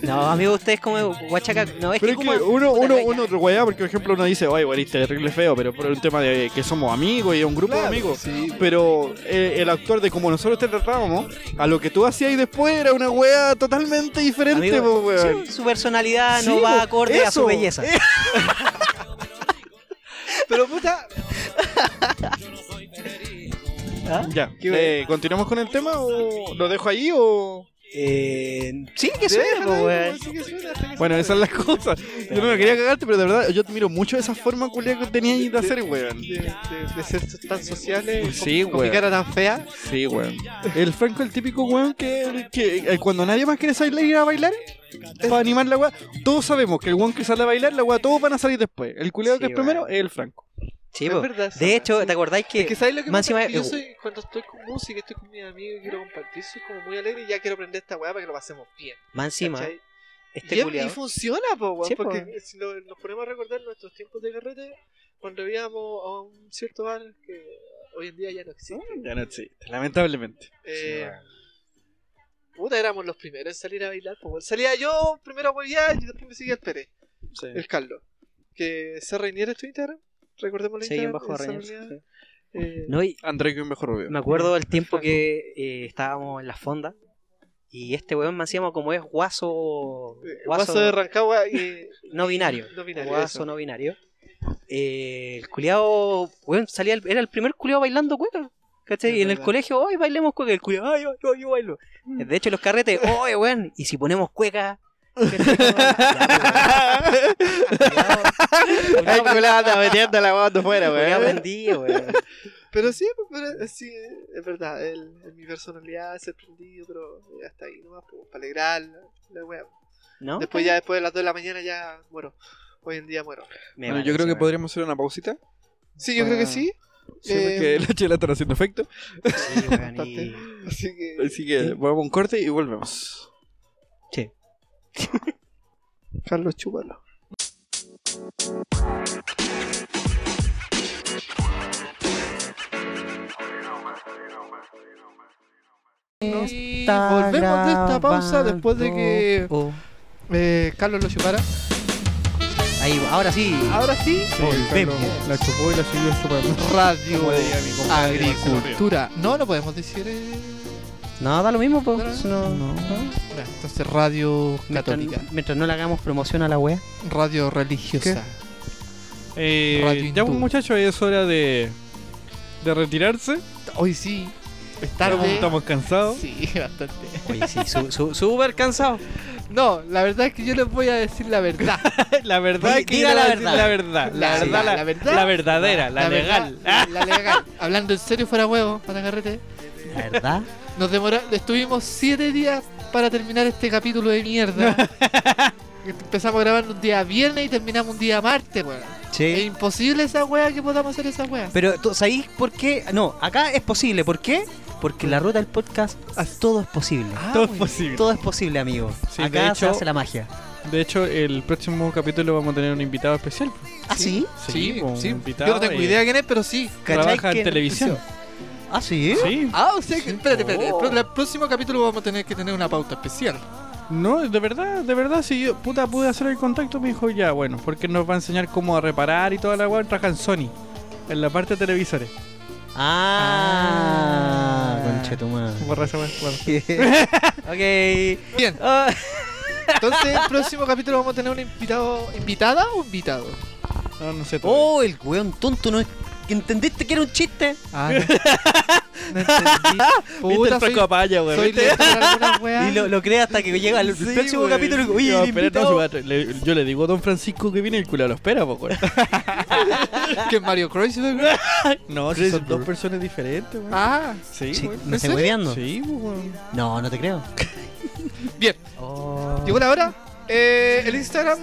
Speaker 2: No, amigo, ustedes como guachaca. No, es
Speaker 3: Pero es
Speaker 2: que,
Speaker 3: que
Speaker 2: como.
Speaker 3: uno,
Speaker 2: puta,
Speaker 3: uno,
Speaker 2: ya.
Speaker 3: uno, otro weá, porque por ejemplo uno dice, oye, weón, este es terrible feo, pero por un tema de que somos amigos y es un grupo de amigos. Pero eh, el actor de como nosotros te tratábamos, a lo que tú hacías y después era una weá totalmente diferente,
Speaker 2: Amigo,
Speaker 3: po, weón.
Speaker 2: sí, su personalidad no
Speaker 3: Sí,
Speaker 2: va
Speaker 3: po,
Speaker 2: acorde a su
Speaker 3: eso.
Speaker 2: belleza.
Speaker 3: Eh,
Speaker 4: Pero puta,
Speaker 2: ¿Ah?
Speaker 3: Ya,
Speaker 4: Qué bueno.
Speaker 3: eh, ¿continuamos con el tema o lo dejo ahí o...?
Speaker 2: Eh, sí, que sí,
Speaker 4: déjala,
Speaker 2: po,
Speaker 4: weón,
Speaker 2: weón.
Speaker 4: sí que suena, hasta que
Speaker 3: Bueno,
Speaker 4: suena.
Speaker 3: esa es la cosa. Yo no me quería cagarte, pero de verdad, yo admiro mucho esa forma culia que tenías ahí de hacer, weón.
Speaker 4: De, de- de ser tan sociales.
Speaker 3: Sí,
Speaker 4: Con mi
Speaker 3: weón.
Speaker 4: cara tan fea.
Speaker 3: Sí, weón. El Franco, el típico weón que, que, eh, cuando nadie más quiere salir ir a bailar, eh, para animar la weá, todos sabemos que el weón que sale a bailar, la weá, todos van a salir después. El culiado
Speaker 2: Sí,
Speaker 3: que es
Speaker 2: weón.
Speaker 3: primero es el Franco.
Speaker 2: Sí,
Speaker 7: Es
Speaker 2: po.
Speaker 7: verdad, esa
Speaker 2: De
Speaker 7: wea,
Speaker 2: hecho,
Speaker 7: sí.
Speaker 2: ¿te acordáis que,
Speaker 7: Es que sabes lo que
Speaker 2: más
Speaker 7: pasa?
Speaker 2: encima- eh,
Speaker 7: Que yo soy, cuando estoy con música, estoy con mis amigos y quiero compartir, soy como muy alegre y ya quiero aprender esta weá para que lo pasemos bien.
Speaker 2: más encima,
Speaker 1: eh.
Speaker 7: ¿cachai?
Speaker 2: este
Speaker 7: y, es- y
Speaker 2: culiao-
Speaker 7: funciona, po, weón,
Speaker 2: Sí, po.
Speaker 7: porque si lo- nos ponemos a recordar nuestros tiempos de carrete, cuando íbamos a un cierto bar que hoy en día ya no existe.
Speaker 1: Ya no existe, lamentablemente.
Speaker 2: Ah,
Speaker 7: eh, puta, éramos los primeros en salir a bailar, po, weón. Salía yo primero a huevear y después me seguía el Pérez,
Speaker 1: Sí.
Speaker 7: el Carlos. Que se reiniera es tu Instagram, recordemos la
Speaker 2: Sí,
Speaker 7: Instagram.
Speaker 2: bajo
Speaker 7: esa
Speaker 2: Reinier,
Speaker 7: unidad, eh,
Speaker 2: No, y
Speaker 1: André que un mejor rubio.
Speaker 2: me acuerdo del tiempo que eh, estábamos en la fonda y este weón me encima como es guaso,
Speaker 7: eh,
Speaker 2: guaso,
Speaker 7: Guaso de Rancagua y
Speaker 2: no (laughs) binario,
Speaker 7: no binario,
Speaker 2: guaso
Speaker 7: eso.
Speaker 2: no binario, eh, el culiao, weón, salía, el- era el primer culiao bailando cueca. ¿Cachai?
Speaker 7: Es
Speaker 2: Y en el
Speaker 7: verdad. Mm.
Speaker 2: colegio, ¡ay, bailemos cueca! El culiao, ¡ay, yo, yo, yo bailo! De hecho, los
Speaker 7: (laughs)
Speaker 2: carretes, ¡ay, weón! Y si ponemos cueca. ¿cachai? Como, ya, pues,
Speaker 3: (laughs)
Speaker 2: weón. Culiao,
Speaker 1: la anda metiendo la guata fuera,
Speaker 2: culiao prendido, weón.
Speaker 7: Pero sí, pues, pero, eh, sí, eh, es verdad, el, el- mi personalidad es sorprendido, pero eh, hasta ahí nomás, pues, para alegrar la, la wea.
Speaker 2: ¿No?
Speaker 7: Después ya, después de las 2 de la mañana ya muero. Hoy en día muero.
Speaker 2: Me
Speaker 3: Bueno,
Speaker 2: parece,
Speaker 3: yo creo que
Speaker 2: weón.
Speaker 3: podríamos hacer una pausita.
Speaker 7: Sí, yo creo que sí.
Speaker 3: Sí,
Speaker 7: Eh,
Speaker 3: porque la chela está haciendo efecto. (laughs)
Speaker 2: Sí, weón, y-
Speaker 7: Así que...
Speaker 1: Así que vamos a un corte y volvemos.
Speaker 2: Sí.
Speaker 7: Carlos Chúpalo. Y volvemos de esta pausa después de que
Speaker 2: Oh,
Speaker 7: eh, Carlos lo chupara.
Speaker 2: ahí va, ahora sí.
Speaker 7: Ahora sí,
Speaker 3: Carlos La chupó y la siguió chupando.
Speaker 7: Radio
Speaker 3: Como diría mi compadre
Speaker 7: Agricultura. No, no podemos decir. eh,
Speaker 2: No, da lo mismo, po.
Speaker 7: Pero-
Speaker 2: si No, no.
Speaker 7: ya, Entonces, Radio
Speaker 2: Mientras,
Speaker 7: Católica.
Speaker 2: mientras no le hagamos promoción a la wea.
Speaker 7: Radio Religiosa. Radio
Speaker 3: Eh, ya,
Speaker 7: Hindú.
Speaker 3: muchachos, es hora de, de retirarse.
Speaker 7: Hoy sí. Es
Speaker 3: Estamos-
Speaker 7: tarde.
Speaker 3: Estamos cansados.
Speaker 7: Sí, (laughs) bastante.
Speaker 2: Oye, sí, su- su- súper cansado.
Speaker 7: No, la verdad es que yo les voy a decir la verdad.
Speaker 3: La verdad
Speaker 2: Oye,
Speaker 3: es que
Speaker 2: diga
Speaker 3: yo
Speaker 2: la
Speaker 3: le voy a decir (laughs) la verdad. La,
Speaker 7: Sí,
Speaker 3: verdad, la,
Speaker 7: la verdad.
Speaker 3: la verdadera, la,
Speaker 7: verdad-
Speaker 3: legal.
Speaker 7: la- La,
Speaker 3: (laughs)
Speaker 7: legal. Hablando en serio, fuera huevo, para carrete.
Speaker 2: La verdad.
Speaker 7: Nos demoramos, estuvimos siete días para terminar este capítulo
Speaker 3: (laughs)
Speaker 7: de mierda. Este, Empezamos grabando un día viernes y terminamos un día martes, weón. Es
Speaker 2: Sí.
Speaker 7: imposible esa wea que podamos hacer esa wea.
Speaker 2: Pero tú sabéis por qué. No, acá es posible. ¿Por qué? Porque en la ruta del podcast todo es posible.
Speaker 7: Ah.
Speaker 3: Todo es posible.
Speaker 2: Todo es posible, amigo.
Speaker 3: Sí,
Speaker 2: acá
Speaker 3: de
Speaker 2: se
Speaker 3: hecho-
Speaker 2: hace la magia.
Speaker 3: De hecho, el próximo capítulo vamos a tener un invitado especial. pues.
Speaker 2: ¿Ah, sí?
Speaker 3: Sí, po, un invitado,
Speaker 7: Yo no tengo
Speaker 3: eh,
Speaker 7: idea quién es, pero sí.
Speaker 2: ¿Cachai
Speaker 3: Trabaja
Speaker 2: que-
Speaker 3: en televisión.
Speaker 2: ¿Ah, sí?
Speaker 3: Sí.
Speaker 7: Ah, o sea que. Espérate, espérate.
Speaker 2: Oh.
Speaker 7: El, pro- el próximo capítulo vamos a tener que tener una pauta especial.
Speaker 3: No, de verdad, de verdad, si yo puta pude hacer el contacto, me dijo ya, bueno, porque nos va a enseñar cómo a reparar y toda la weá. Trabaja en Sony, en la parte de televisores.
Speaker 2: Ah,
Speaker 3: Ah.
Speaker 2: conchetumá.
Speaker 3: Borra esa weá, (laughs) bueno.
Speaker 2: ok.
Speaker 7: Bien.
Speaker 2: Ah,
Speaker 7: Entonces, el próximo capítulo vamos a tener un invitado. ¿Invitada o invitado?
Speaker 3: No, no sé. todavía.
Speaker 2: oh, el weón tonto, ¿no? ¿Entendiste que era un chiste?
Speaker 7: Ah,
Speaker 3: (laughs)
Speaker 7: no. No entendí.
Speaker 3: ¿Viste
Speaker 7: Puta,
Speaker 3: el
Speaker 7: soy,
Speaker 3: Franco Apaya, weón?
Speaker 7: soy
Speaker 3: ¿Viste?
Speaker 7: lector de alguna
Speaker 3: (laughs)
Speaker 7: wea.
Speaker 2: Y lo, lo cree hasta que llega al
Speaker 3: Sí,
Speaker 2: próximo
Speaker 3: weón.
Speaker 2: capítulo. y digo, Oye,
Speaker 3: No,
Speaker 2: el
Speaker 3: espera, no,
Speaker 2: invitado-
Speaker 3: si va- le- yo le digo a don Francisco que viene el culo, lo espera, po, weón.
Speaker 7: Que es Mario Kreuzberg.
Speaker 3: No, si son dos personas diferentes, weón.
Speaker 7: Ah,
Speaker 3: Sí,
Speaker 2: Sí,
Speaker 3: weón.
Speaker 2: ¿Me
Speaker 7: ¿En
Speaker 2: estoy
Speaker 7: serio?
Speaker 2: hueveando?
Speaker 3: Sí, po, weón.
Speaker 2: No, no te creo.
Speaker 7: (laughs) Bien.
Speaker 2: Oh.
Speaker 7: llegó la hora. Eh, el Instagram,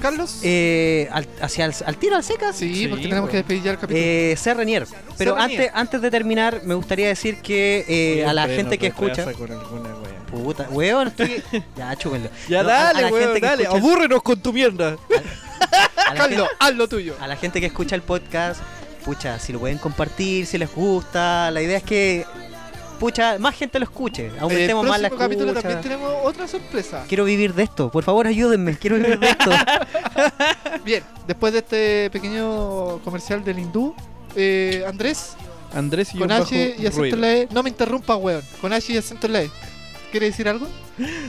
Speaker 7: Carlos.
Speaker 2: Eh, al, hacia el- al tiro, al seca.
Speaker 7: sí,
Speaker 3: sí,
Speaker 7: porque tenemos
Speaker 3: bueno.
Speaker 7: que despedir ya el capítulo.
Speaker 2: pues. Eh, C. Renier. Pero
Speaker 7: C. Renier.
Speaker 2: antes, antes de terminar, me gustaría decir que eh, a la
Speaker 3: Siempre
Speaker 2: gente
Speaker 3: nos
Speaker 2: que escucha.
Speaker 3: retrasa con alguna weá.
Speaker 2: Puta, weón,
Speaker 3: (laughs)
Speaker 2: estoy. Ya, chúpenlo.
Speaker 3: Ya
Speaker 2: No, a- a
Speaker 3: dale,
Speaker 2: la
Speaker 3: weón,
Speaker 2: gente que
Speaker 3: dale.
Speaker 2: escucha-
Speaker 3: Abúrrenos con tu mierda.
Speaker 2: A la, gente,
Speaker 7: Carlos, haz lo tuyo.
Speaker 2: a la gente que escucha el podcast, pucha, si lo pueden compartir, si les gusta. La idea es que, pucha, más gente lo escuche.
Speaker 7: Eh, el
Speaker 2: Aumentemos más la
Speaker 7: próximo
Speaker 2: escucha.
Speaker 7: capítulo también tenemos otra sorpresa.
Speaker 2: Quiero vivir de esto. Por favor, ayúdenme. Quiero vivir de esto.
Speaker 7: Bien, después de este pequeño comercial del hindú, eh, Andrés,
Speaker 3: Andrés y
Speaker 7: con
Speaker 3: un bajo
Speaker 7: H y acento
Speaker 3: ruido.
Speaker 7: en la E. No me interrumpa, weón. Con H y acento en la E. ¿Quiere decir algo?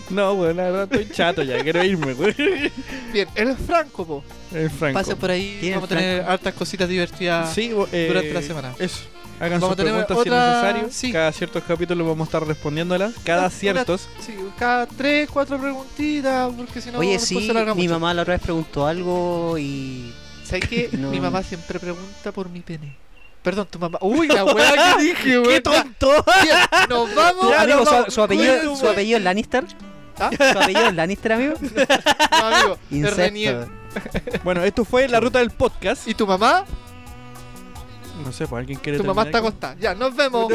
Speaker 3: No, weón, la verdad estoy chato ya, quiero irme, weón.
Speaker 7: Bien, él es Franco, po.
Speaker 3: El Franco.
Speaker 7: Pasen por ahí,
Speaker 2: ¿Quién es
Speaker 7: vamos a tener hartas cositas divertidas.
Speaker 3: Sí, bo- eh,
Speaker 7: durante la semana.
Speaker 3: Eso. Hagan
Speaker 7: Vamos a
Speaker 3: sus
Speaker 7: tener
Speaker 3: preguntas
Speaker 7: otra-
Speaker 3: si es necesario.
Speaker 7: sí.
Speaker 3: Cada ciertos capítulos vamos a estar respondiéndolas. Cada
Speaker 7: Una-
Speaker 3: ciertos.
Speaker 7: Sí, cada tres, cuatro preguntitas, porque si (laughs) no,
Speaker 2: Oye,
Speaker 7: después
Speaker 2: sí,
Speaker 7: se alarga
Speaker 2: mi
Speaker 7: mucho.
Speaker 2: mamá la otra vez preguntó algo y.
Speaker 7: ¿Sabes qué?
Speaker 2: (laughs) No.
Speaker 7: Mi mamá siempre pregunta por mi pene. Perdón, tu mamá. Uy,
Speaker 2: (laughs)
Speaker 7: la weá que dije, weón.
Speaker 2: tonto!
Speaker 7: Bien, Nos vamos.
Speaker 2: Tu amigo,
Speaker 7: nos
Speaker 2: su,
Speaker 7: vamos.
Speaker 2: su apellido,
Speaker 7: Cuídense,
Speaker 2: su apellido es Lannister.
Speaker 7: ¿Ah?
Speaker 2: Su apellido es Lannister,
Speaker 7: (laughs)
Speaker 2: amigo.
Speaker 7: no, amigo. es Renier.
Speaker 2: Incesto.
Speaker 3: Bueno, esto fue la ruta del podcast.
Speaker 7: ¿Y tu mamá?
Speaker 3: No sé, pues alguien quiere
Speaker 7: Tu mamá está
Speaker 3: terminar
Speaker 7: acostada. Ya, nos vemos.